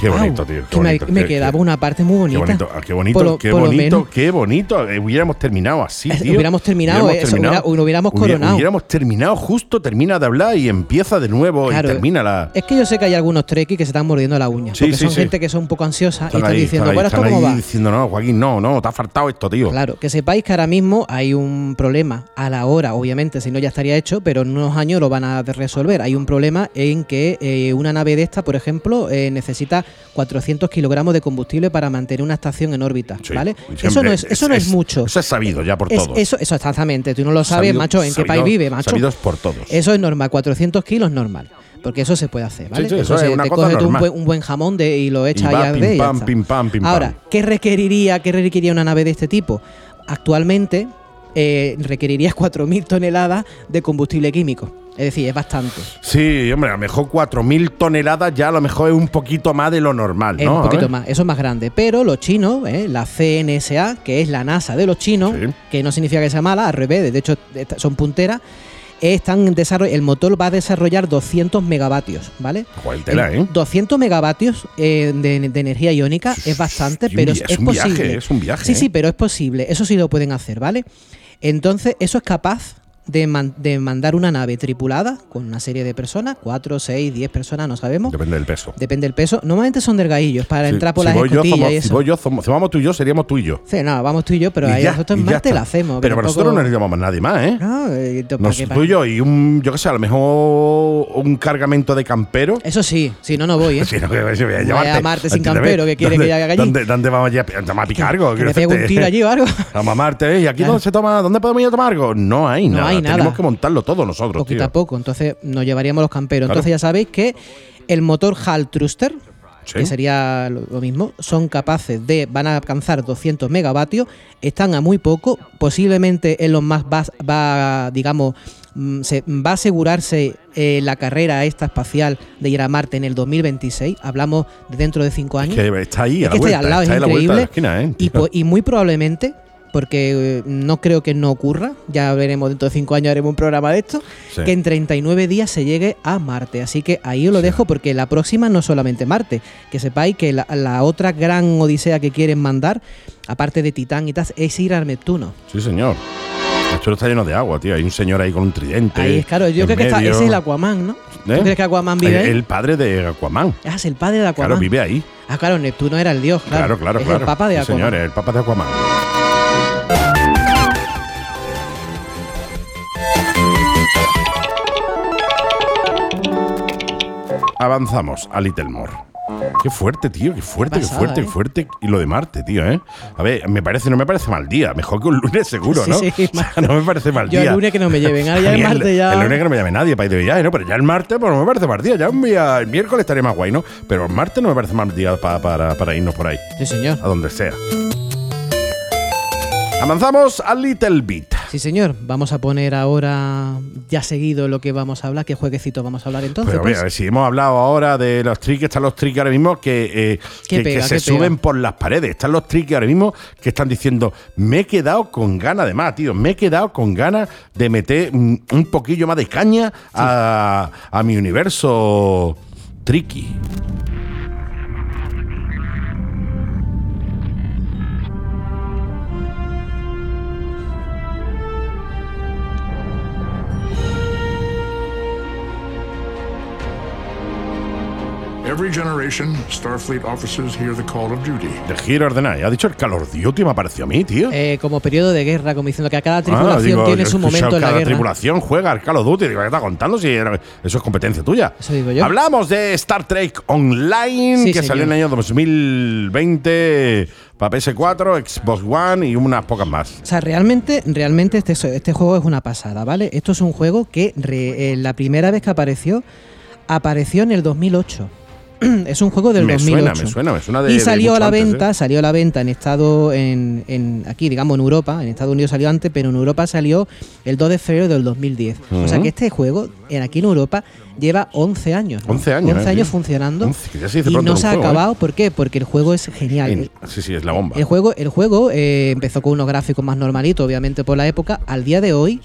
[SPEAKER 2] Qué bonito,
[SPEAKER 3] Au,
[SPEAKER 2] tío. Qué
[SPEAKER 3] que me-
[SPEAKER 2] bonito,
[SPEAKER 3] me,
[SPEAKER 2] qué-
[SPEAKER 3] quedaba
[SPEAKER 2] qué-
[SPEAKER 3] una parte muy bonita.
[SPEAKER 2] Qué bonito, ah, qué bonito,
[SPEAKER 3] Por lo-
[SPEAKER 2] qué
[SPEAKER 3] por lo menos.
[SPEAKER 2] bonito, qué bonito. Eh, hubiéramos terminado así,
[SPEAKER 3] Es-
[SPEAKER 2] tío.
[SPEAKER 3] hubiéramos terminado, eh, eso, hubiera- hubiéramos
[SPEAKER 2] Hubiera-
[SPEAKER 3] coronado.
[SPEAKER 2] Hubiéramos terminado justo, termina de hablar y empieza de nuevo
[SPEAKER 3] Claro,
[SPEAKER 2] y termina la...
[SPEAKER 3] Es que yo sé que hay algunos trekkies que se están mordiendo la uña.
[SPEAKER 2] Sí,
[SPEAKER 3] porque
[SPEAKER 2] sí,
[SPEAKER 3] son
[SPEAKER 2] sí.
[SPEAKER 3] gente que son un poco ansiosa y
[SPEAKER 2] Están
[SPEAKER 3] están
[SPEAKER 2] ahí,
[SPEAKER 3] diciendo,
[SPEAKER 2] están ahí,
[SPEAKER 3] bueno, ¿esto
[SPEAKER 2] están
[SPEAKER 3] cómo
[SPEAKER 2] ahí
[SPEAKER 3] va?
[SPEAKER 2] diciendo, no, Joaquín, no, no, te ha faltado esto, tío.
[SPEAKER 3] Claro, que sepáis que ahora mismo hay un problema a la hora, obviamente, si no ya estaría hecho, pero en unos años lo van a resolver. Hay un problema en que eh, una nave de esta, por ejemplo, eh, necesita 400 kilogramos de combustible para mantener una estación en órbita,
[SPEAKER 2] Sí,
[SPEAKER 3] ¿vale?
[SPEAKER 2] siempre
[SPEAKER 3] Eso no es, eso no es, mucho.
[SPEAKER 2] Eso es sabido ya por
[SPEAKER 3] Es-
[SPEAKER 2] todos.
[SPEAKER 3] eso, eso exactamente. Tú no lo sabes,
[SPEAKER 2] Sabido-
[SPEAKER 3] macho, en qué
[SPEAKER 2] sabido-
[SPEAKER 3] país vive, macho.
[SPEAKER 2] Sabidos por todos.
[SPEAKER 3] Eso es normal, 400 kilos normal. Porque eso se puede hacer, ¿vale?
[SPEAKER 2] Sí, sí, eso
[SPEAKER 3] Entonces,
[SPEAKER 2] es una
[SPEAKER 3] te
[SPEAKER 2] cosa
[SPEAKER 3] coges tú un
[SPEAKER 2] normal.
[SPEAKER 3] buen, un buen jamón de, y lo echas
[SPEAKER 2] Y va,
[SPEAKER 3] allá
[SPEAKER 2] pim,
[SPEAKER 3] de y ya
[SPEAKER 2] pam,
[SPEAKER 3] está.
[SPEAKER 2] pim, pam, pim,
[SPEAKER 3] Ahora,
[SPEAKER 2] pam.
[SPEAKER 3] ¿qué requeriría, qué requeriría una nave de este tipo? Actualmente eh, requerirías 4.000 toneladas de combustible químico. Es decir, es bastante.
[SPEAKER 2] Sí, hombre, a lo mejor 4.000 toneladas ya a lo mejor es un poquito más de lo normal,
[SPEAKER 3] Es
[SPEAKER 2] ¿no?
[SPEAKER 3] un
[SPEAKER 2] A
[SPEAKER 3] poquito
[SPEAKER 2] ver.
[SPEAKER 3] más, eso es más grande. Pero los chinos, eh, la CNSA, que es la NASA de los chinos,
[SPEAKER 2] Sí.
[SPEAKER 3] que no significa que sea mala, al revés, de hecho esta- son punteras, están desarroll- el motor va a desarrollar 200 megavatios, ¿vale?
[SPEAKER 2] Joder, tela,
[SPEAKER 3] En
[SPEAKER 2] ¿eh?
[SPEAKER 3] 200 megavatios eh, de, de energía iónica es bastante,
[SPEAKER 2] Y un
[SPEAKER 3] pero
[SPEAKER 2] via-
[SPEAKER 3] es,
[SPEAKER 2] es un viaje,
[SPEAKER 3] posible.
[SPEAKER 2] es un viaje,
[SPEAKER 3] Sí,
[SPEAKER 2] ¿eh?
[SPEAKER 3] sí, pero es posible. Eso sí lo pueden hacer, ¿vale? Entonces, eso es capaz de, man- de mandar una nave tripulada con una serie de personas, 4, 6, 10 personas, no sabemos.
[SPEAKER 2] Depende del peso.
[SPEAKER 3] Depende del peso. Normalmente son delgadillos para
[SPEAKER 2] Sí,
[SPEAKER 3] entrar por
[SPEAKER 2] si
[SPEAKER 3] las
[SPEAKER 2] voy yo,
[SPEAKER 3] escotillas
[SPEAKER 2] somos-
[SPEAKER 3] y
[SPEAKER 2] Si
[SPEAKER 3] eso.
[SPEAKER 2] voy yo, somos- si vamos tú y yo, seríamos tú y yo.
[SPEAKER 3] Sí, no, vamos tú y yo, pero
[SPEAKER 2] Y
[SPEAKER 3] ahí
[SPEAKER 2] ya,
[SPEAKER 3] nosotros
[SPEAKER 2] y
[SPEAKER 3] en
[SPEAKER 2] ya
[SPEAKER 3] Marte
[SPEAKER 2] está.
[SPEAKER 3] la hacemos.
[SPEAKER 2] Pero para nosotros no
[SPEAKER 3] tampoco-
[SPEAKER 2] necesitamos más nadie más, ¿eh?
[SPEAKER 3] No, eh, ¿para
[SPEAKER 2] Nos-
[SPEAKER 3] qué- para
[SPEAKER 2] tú y
[SPEAKER 3] qué?
[SPEAKER 2] yo y un, yo qué sé, a lo mejor un cargamento de campero.
[SPEAKER 3] Eso sí, si no, no voy,
[SPEAKER 2] <laughs>
[SPEAKER 3] ¿eh?
[SPEAKER 2] Si no, que yo voy a
[SPEAKER 3] Vaya
[SPEAKER 2] llevarte.
[SPEAKER 3] Marte sin
[SPEAKER 2] Entiéndeme,
[SPEAKER 3] campero, ¿qué quiere
[SPEAKER 2] ¿dónde-
[SPEAKER 3] que haga allí?
[SPEAKER 2] ¿Dónde, dónde vamos allí a, pi- a picar algo?
[SPEAKER 3] que
[SPEAKER 2] Quiero
[SPEAKER 3] me pegue un
[SPEAKER 2] decirte.
[SPEAKER 3] tiro allí o
[SPEAKER 2] <laughs>
[SPEAKER 3] algo.
[SPEAKER 2] A mamarte, ¿eh? ¿Y aquí
[SPEAKER 3] Claro.
[SPEAKER 2] dónde se toma? ¿Dónde podemos ir a tomar algo? No hay
[SPEAKER 3] No
[SPEAKER 2] nada.
[SPEAKER 3] hay nada.
[SPEAKER 2] Tenemos que montarlo todo nosotros,
[SPEAKER 3] poquito
[SPEAKER 2] tío.
[SPEAKER 3] a poco. Entonces nos llevaríamos los camperos.
[SPEAKER 2] Claro.
[SPEAKER 3] Entonces ya sabéis que el motor Hall Thruster,
[SPEAKER 2] Sí.
[SPEAKER 3] que sería lo lo mismo, son capaces de, van a alcanzar 200 megavatios, están a muy poco, posiblemente Elon Musk va, va digamos, mm, se, va a asegurarse eh, la carrera esta espacial de ir a Marte en el 2026, hablamos de dentro de cinco
[SPEAKER 2] Es
[SPEAKER 3] años.
[SPEAKER 2] que está ahí, a la
[SPEAKER 3] Es que este
[SPEAKER 2] vuelta.
[SPEAKER 3] de al lado
[SPEAKER 2] está ahí
[SPEAKER 3] es
[SPEAKER 2] a la vuelta de la esquina,
[SPEAKER 3] increíble.
[SPEAKER 2] ¿eh?
[SPEAKER 3] Y, po- y muy probablemente, porque eh, no creo que no ocurra, ya veremos dentro de cinco años, haremos un programa de esto,
[SPEAKER 2] Sí.
[SPEAKER 3] que en 39 días se llegue a Marte. Así que ahí os lo dejo porque la próxima no solamente Marte, que sepáis que la, la otra gran odisea que quieren mandar, aparte de Titán y tal, es ir a Neptuno.
[SPEAKER 2] Sí, señor. Esto está lleno de agua, tío. Hay un señor ahí con un tridente.
[SPEAKER 3] Ahí es claro, yo
[SPEAKER 2] en
[SPEAKER 3] creo que está-
[SPEAKER 2] medio.
[SPEAKER 3] ese es el Aquaman, ¿no?
[SPEAKER 2] ¿Eh?
[SPEAKER 3] ¿Tú crees que Aquaman vive ahí?
[SPEAKER 2] El padre de Aquaman.
[SPEAKER 3] Ah, es el padre de Aquaman.
[SPEAKER 2] Claro, vive ahí.
[SPEAKER 3] Ah, claro, Neptuno era el dios,
[SPEAKER 2] Claro,
[SPEAKER 3] claro.
[SPEAKER 2] claro,
[SPEAKER 3] es
[SPEAKER 2] claro.
[SPEAKER 3] el papa de
[SPEAKER 2] Sí,
[SPEAKER 3] Aquaman.
[SPEAKER 2] señores, el papa de Aquaman. avanzamos a Littlemore. Qué fuerte, tío, qué fuerte,
[SPEAKER 3] Pasada,
[SPEAKER 2] qué fuerte,
[SPEAKER 3] ¿eh?
[SPEAKER 2] qué fuerte. Y lo de Marte, tío, ¿eh? A ver, me parece, no me parece mal día. Mejor que un lunes, seguro,
[SPEAKER 3] Sí,
[SPEAKER 2] ¿no?
[SPEAKER 3] sí,
[SPEAKER 2] <laughs> O sea, no me parece mal
[SPEAKER 3] Yo
[SPEAKER 2] día.
[SPEAKER 3] el lunes que no me lleven, ahora
[SPEAKER 2] A
[SPEAKER 3] ya el
[SPEAKER 2] mí
[SPEAKER 3] martes
[SPEAKER 2] <laughs>
[SPEAKER 3] ya.
[SPEAKER 2] El lunes que no me llame nadie para ir de viaje, ¿no? Pero ya el martes, pues no me parece mal día. Ya un día- el miércoles estaría más guay, ¿no? Pero el martes no me parece mal día pa- para- para irnos por ahí
[SPEAKER 3] Sí, señor.
[SPEAKER 2] a donde sea. Avanzamos a Little Bit.
[SPEAKER 3] Sí, señor. Vamos a poner ahora ya seguido lo que vamos a hablar. ¿Qué jueguecito vamos a hablar entonces?
[SPEAKER 2] Pero
[SPEAKER 3] pues?
[SPEAKER 2] mira, si hemos hablado ahora de los tricks, están los tricks ahora mismo que, eh,
[SPEAKER 3] Qué
[SPEAKER 2] que, que
[SPEAKER 3] pega,
[SPEAKER 2] se
[SPEAKER 3] qué pega.
[SPEAKER 2] suben por las paredes. Están los tricks ahora mismo que están diciendo, me he quedado con ganas de más, tío. Me he quedado con ganas de meter un, un poquillo más de caña a, a mi universo tricky.
[SPEAKER 5] Every generation, Starfleet officers hear the call of duty.
[SPEAKER 2] De Hero Ordenada. Ha dicho el Call of Duty, me ha parecido a mí, tío.
[SPEAKER 3] Eh, como periodo de guerra, como diciendo que a cada
[SPEAKER 2] Ah,
[SPEAKER 3] tripulación
[SPEAKER 2] digo,
[SPEAKER 3] tiene
[SPEAKER 2] yo he
[SPEAKER 3] su
[SPEAKER 2] escuchado
[SPEAKER 3] momento en la
[SPEAKER 2] cada
[SPEAKER 3] guerra.
[SPEAKER 2] tripulación juega al Call of Duty. Digo, ¿qué está contando? Si era- eso es competencia tuya.
[SPEAKER 3] Eso digo yo.
[SPEAKER 2] Hablamos de Star Trek Online,
[SPEAKER 3] Sí,
[SPEAKER 2] que
[SPEAKER 3] señor.
[SPEAKER 2] salió en el año 2020 para PS4, Xbox One y unas pocas más.
[SPEAKER 3] O sea, realmente, realmente este, este juego es una pasada, ¿vale? Esto es un juego que re- eh, la primera vez que apareció, apareció en el 2008. <clears throat> es un juego del
[SPEAKER 2] Me
[SPEAKER 3] 2008.
[SPEAKER 2] suena, me suena, me suena de-
[SPEAKER 3] Y
[SPEAKER 2] de
[SPEAKER 3] salió a
[SPEAKER 2] mucho
[SPEAKER 3] la
[SPEAKER 2] antes,
[SPEAKER 3] venta,
[SPEAKER 2] ¿eh?
[SPEAKER 3] salió a la venta en estado, en, en- aquí, digamos, en Europa. En Estados Unidos salió antes, pero en Europa salió el 2 de febrero del 2010. O sea que este juego, en, aquí en Europa, lleva 11 años. ¿no?
[SPEAKER 2] 11 años, ¿eh?
[SPEAKER 3] años funcionando.
[SPEAKER 2] 11, que ya se dice
[SPEAKER 3] y
[SPEAKER 2] pronto
[SPEAKER 3] no
[SPEAKER 2] en un
[SPEAKER 3] se ha
[SPEAKER 2] juego, ¿eh?
[SPEAKER 3] acabado. ¿Por qué? Porque el juego es genial. El-
[SPEAKER 2] Sí, sí, es la bomba.
[SPEAKER 3] el juego, el juego eh, empezó con unos gráficos más normalitos, obviamente por la época. Al día de hoy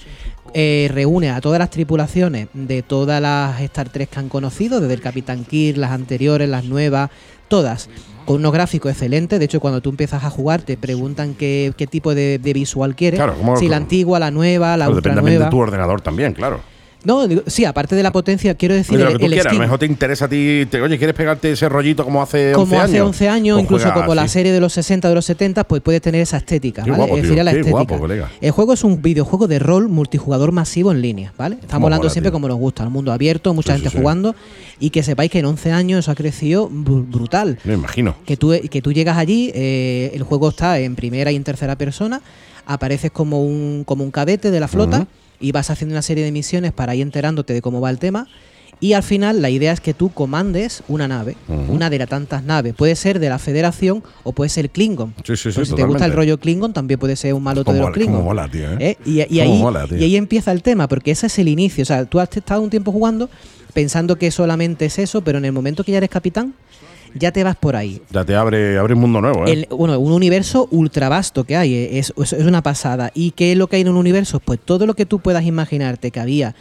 [SPEAKER 3] eh, reúne a todas las tripulaciones de todas las Star Trek que han conocido, desde el Capitán Kirk, las anteriores, las nuevas, todas. Con unos gráficos excelentes. De hecho, cuando tú empiezas a jugar, te preguntan qué, qué tipo de, de visual quieres.
[SPEAKER 2] Claro, como-
[SPEAKER 3] si la antigua, la nueva, la
[SPEAKER 2] Claro,
[SPEAKER 3] ultra
[SPEAKER 2] depende también
[SPEAKER 3] nueva.
[SPEAKER 2] de tu ordenador también, claro.
[SPEAKER 3] No, digo- sí, aparte de la potencia, quiero decir
[SPEAKER 2] Oye, de lo
[SPEAKER 3] el,
[SPEAKER 2] que tú
[SPEAKER 3] el
[SPEAKER 2] quieras. A lo
[SPEAKER 3] skin.
[SPEAKER 2] mejor te interesa a ti. te- oye, ¿quieres pegarte ese rollito como hace 11
[SPEAKER 3] como
[SPEAKER 2] años?
[SPEAKER 3] hace 11 años,
[SPEAKER 2] Pues
[SPEAKER 3] incluso
[SPEAKER 2] juega
[SPEAKER 3] como la
[SPEAKER 2] así.
[SPEAKER 3] serie de los 60, de los 70, pues puedes tener esa estética,
[SPEAKER 2] Qué
[SPEAKER 3] ¿vale?
[SPEAKER 2] guapo,
[SPEAKER 3] Es
[SPEAKER 2] tío,
[SPEAKER 3] decir, la
[SPEAKER 2] qué
[SPEAKER 3] estética.
[SPEAKER 2] guapo, colega.
[SPEAKER 3] el juego es un videojuego de rol multijugador masivo en línea, ¿vale? Estamos
[SPEAKER 2] Cómo
[SPEAKER 3] hablando
[SPEAKER 2] mola,
[SPEAKER 3] siempre
[SPEAKER 2] tío.
[SPEAKER 3] como nos gusta, el mundo abierto, mucha
[SPEAKER 2] Sí, sí,
[SPEAKER 3] gente
[SPEAKER 2] sí.
[SPEAKER 3] jugando, y que sepáis que en 11 años eso ha crecido br- brutal
[SPEAKER 2] Me imagino.
[SPEAKER 3] que tú, que tú llegas allí, eh, el juego está en primera y en tercera persona, apareces como un, como un cadete de la flota y vas haciendo una serie de misiones para ir enterándote de cómo va el tema. Y al final la idea es que tú comandes una nave, una de las tantas naves. Puede ser de la Federación o puede ser Klingon.
[SPEAKER 2] Sí, sí, sí,
[SPEAKER 3] Pues si te gusta el
[SPEAKER 2] totalmente.
[SPEAKER 3] rollo Klingon, también puede ser un malote
[SPEAKER 2] Cómo
[SPEAKER 3] de los
[SPEAKER 2] mola,
[SPEAKER 3] Klingon.
[SPEAKER 2] cómo mola, tío, ¿eh?
[SPEAKER 3] ¿Eh? Y, y
[SPEAKER 2] Cómo
[SPEAKER 3] ahí,
[SPEAKER 2] mola, tío.
[SPEAKER 3] y ahí empieza el tema, porque ese es el inicio. O sea, tú has estado un tiempo jugando pensando que solamente es eso, pero en el momento que ya eres capitán, ya te vas por ahí.
[SPEAKER 2] Ya te abre, abre un mundo nuevo, ¿eh?
[SPEAKER 3] El- bueno, un universo ultra vasto que hay, eh, es, es- es una pasada. ¿Y qué es lo que hay en un universo? Pues todo lo que tú puedas imaginarte que había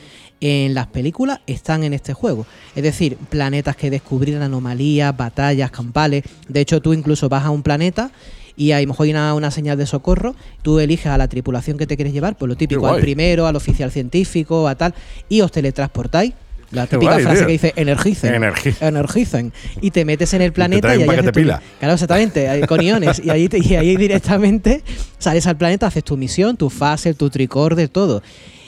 [SPEAKER 3] en las películas están en este juego. Es decir, planetas que descubrir, anomalías, batallas, campales. De hecho, tú incluso vas a un planeta y a lo mejor hay una, una señal de socorro, tú eliges a la tripulación que te quieres llevar, pues lo típico, al
[SPEAKER 2] guay.
[SPEAKER 3] primero, al oficial científico, a tal, y os teletransportáis. La
[SPEAKER 2] Qué
[SPEAKER 3] típica
[SPEAKER 2] guay,
[SPEAKER 3] frase
[SPEAKER 2] tío.
[SPEAKER 3] que dice energicen,
[SPEAKER 2] Energi-
[SPEAKER 3] energicen, y te metes en el planeta
[SPEAKER 2] trae un
[SPEAKER 3] y, ahí
[SPEAKER 2] paquete
[SPEAKER 3] haces tu-
[SPEAKER 2] pila.
[SPEAKER 3] Claro, exactamente, ahí con iones. Y ahí, te- y ahí directamente sales al planeta, haces tu misión, tu fase, tu tricorde, todo.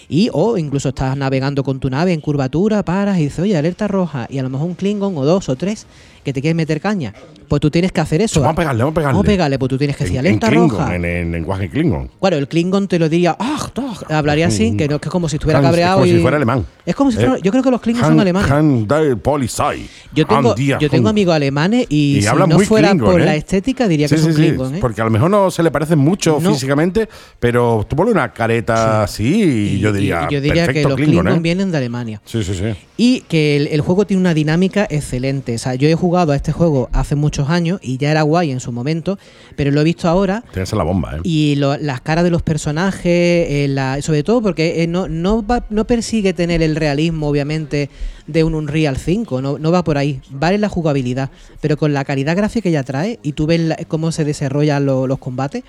[SPEAKER 3] Y o incluso estás navegando con tu nave en curvatura, paras y dices, oye, alerta roja. Y a lo mejor un Klingon o dos o tres que te quieres meter caña. Pues tú tienes que hacer eso.
[SPEAKER 2] Vamos a pegarle, vamos a pegarle.
[SPEAKER 3] Vamos a pegarle, pues tú tienes que
[SPEAKER 2] En-
[SPEAKER 3] decir
[SPEAKER 2] en,
[SPEAKER 3] alerta
[SPEAKER 2] Klingon,
[SPEAKER 3] roja.
[SPEAKER 2] en, en lenguaje Klingon.
[SPEAKER 3] Claro, el Klingon te lo diría, "Ah, ah", hablaría así, que, no, que es como si estuviera
[SPEAKER 2] Mm. Hans,
[SPEAKER 3] cabreado.
[SPEAKER 2] Es como
[SPEAKER 3] y-
[SPEAKER 2] si fuera alemán.
[SPEAKER 3] Es como si fuera-
[SPEAKER 2] Eh,
[SPEAKER 3] yo creo que los Klingons
[SPEAKER 2] Han-
[SPEAKER 3] son alemanes.
[SPEAKER 2] Han der Polizei.
[SPEAKER 3] Yo tengo,
[SPEAKER 2] Han der
[SPEAKER 3] yo tengo
[SPEAKER 2] Hund.
[SPEAKER 3] amigos alemanes y,
[SPEAKER 2] Y
[SPEAKER 3] si
[SPEAKER 2] hablan
[SPEAKER 3] no
[SPEAKER 2] muy
[SPEAKER 3] fuera
[SPEAKER 2] Klingon,
[SPEAKER 3] por
[SPEAKER 2] ¿eh?
[SPEAKER 3] la estética diría que
[SPEAKER 2] Sí,
[SPEAKER 3] son
[SPEAKER 2] sí, sí,
[SPEAKER 3] Klingon, ¿eh?
[SPEAKER 2] Porque a lo mejor no se le parecen mucho
[SPEAKER 3] No.
[SPEAKER 2] físicamente, pero tú ponle una careta así y, yo diría.
[SPEAKER 3] y yo diría que
[SPEAKER 2] perfecto
[SPEAKER 3] los
[SPEAKER 2] Klingon,
[SPEAKER 3] Klingon
[SPEAKER 2] ¿eh?
[SPEAKER 3] vienen de Alemania.
[SPEAKER 2] Sí, sí, sí.
[SPEAKER 3] Y que el, el juego tiene una dinámica excelente. O sea, yo he jugado a este juego hace muchos años y ya era guay en su momento, pero lo he visto ahora
[SPEAKER 2] Tienes la bomba, ¿eh?
[SPEAKER 3] y lo- las caras de los personajes, eh, la- sobre todo porque eh, no, no, va- no persigue tener el realismo, obviamente, de un Unreal 5, no, no va por ahí, vale la jugabilidad, pero con la calidad gráfica que ya trae y tú ves la- cómo se desarrollan lo- los combates.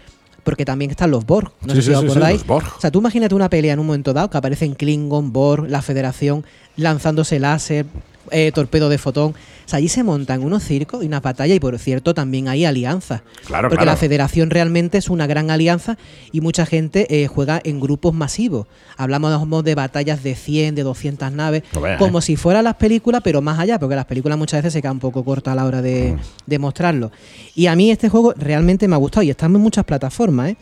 [SPEAKER 3] Porque también están los Borg, no
[SPEAKER 2] Sí,
[SPEAKER 3] sé si
[SPEAKER 2] sí,
[SPEAKER 3] os
[SPEAKER 2] sí, sí,
[SPEAKER 3] acordáis.
[SPEAKER 2] los Borg.
[SPEAKER 3] O sea, tú imagínate una pelea en un momento dado que aparecen Klingon, Borg, la Federación, lanzándose láser, eh, torpedo de fotón. O sea, allí se montan unos circos y unas batallas y por cierto también hay alianzas.
[SPEAKER 2] Claro,
[SPEAKER 3] porque
[SPEAKER 2] claro.
[SPEAKER 3] la federación realmente es una gran alianza y mucha gente eh, juega en grupos masivos. Hablamos de batallas de 100, de 200 naves,
[SPEAKER 2] No veas,
[SPEAKER 3] como
[SPEAKER 2] eh.
[SPEAKER 3] si fueran las películas, pero más allá, porque las películas muchas veces se quedan un poco cortas a la hora
[SPEAKER 2] Mm.
[SPEAKER 3] de, de mostrarlo. Y a mí este juego realmente me ha gustado y está en muchas plataformas, ¿eh?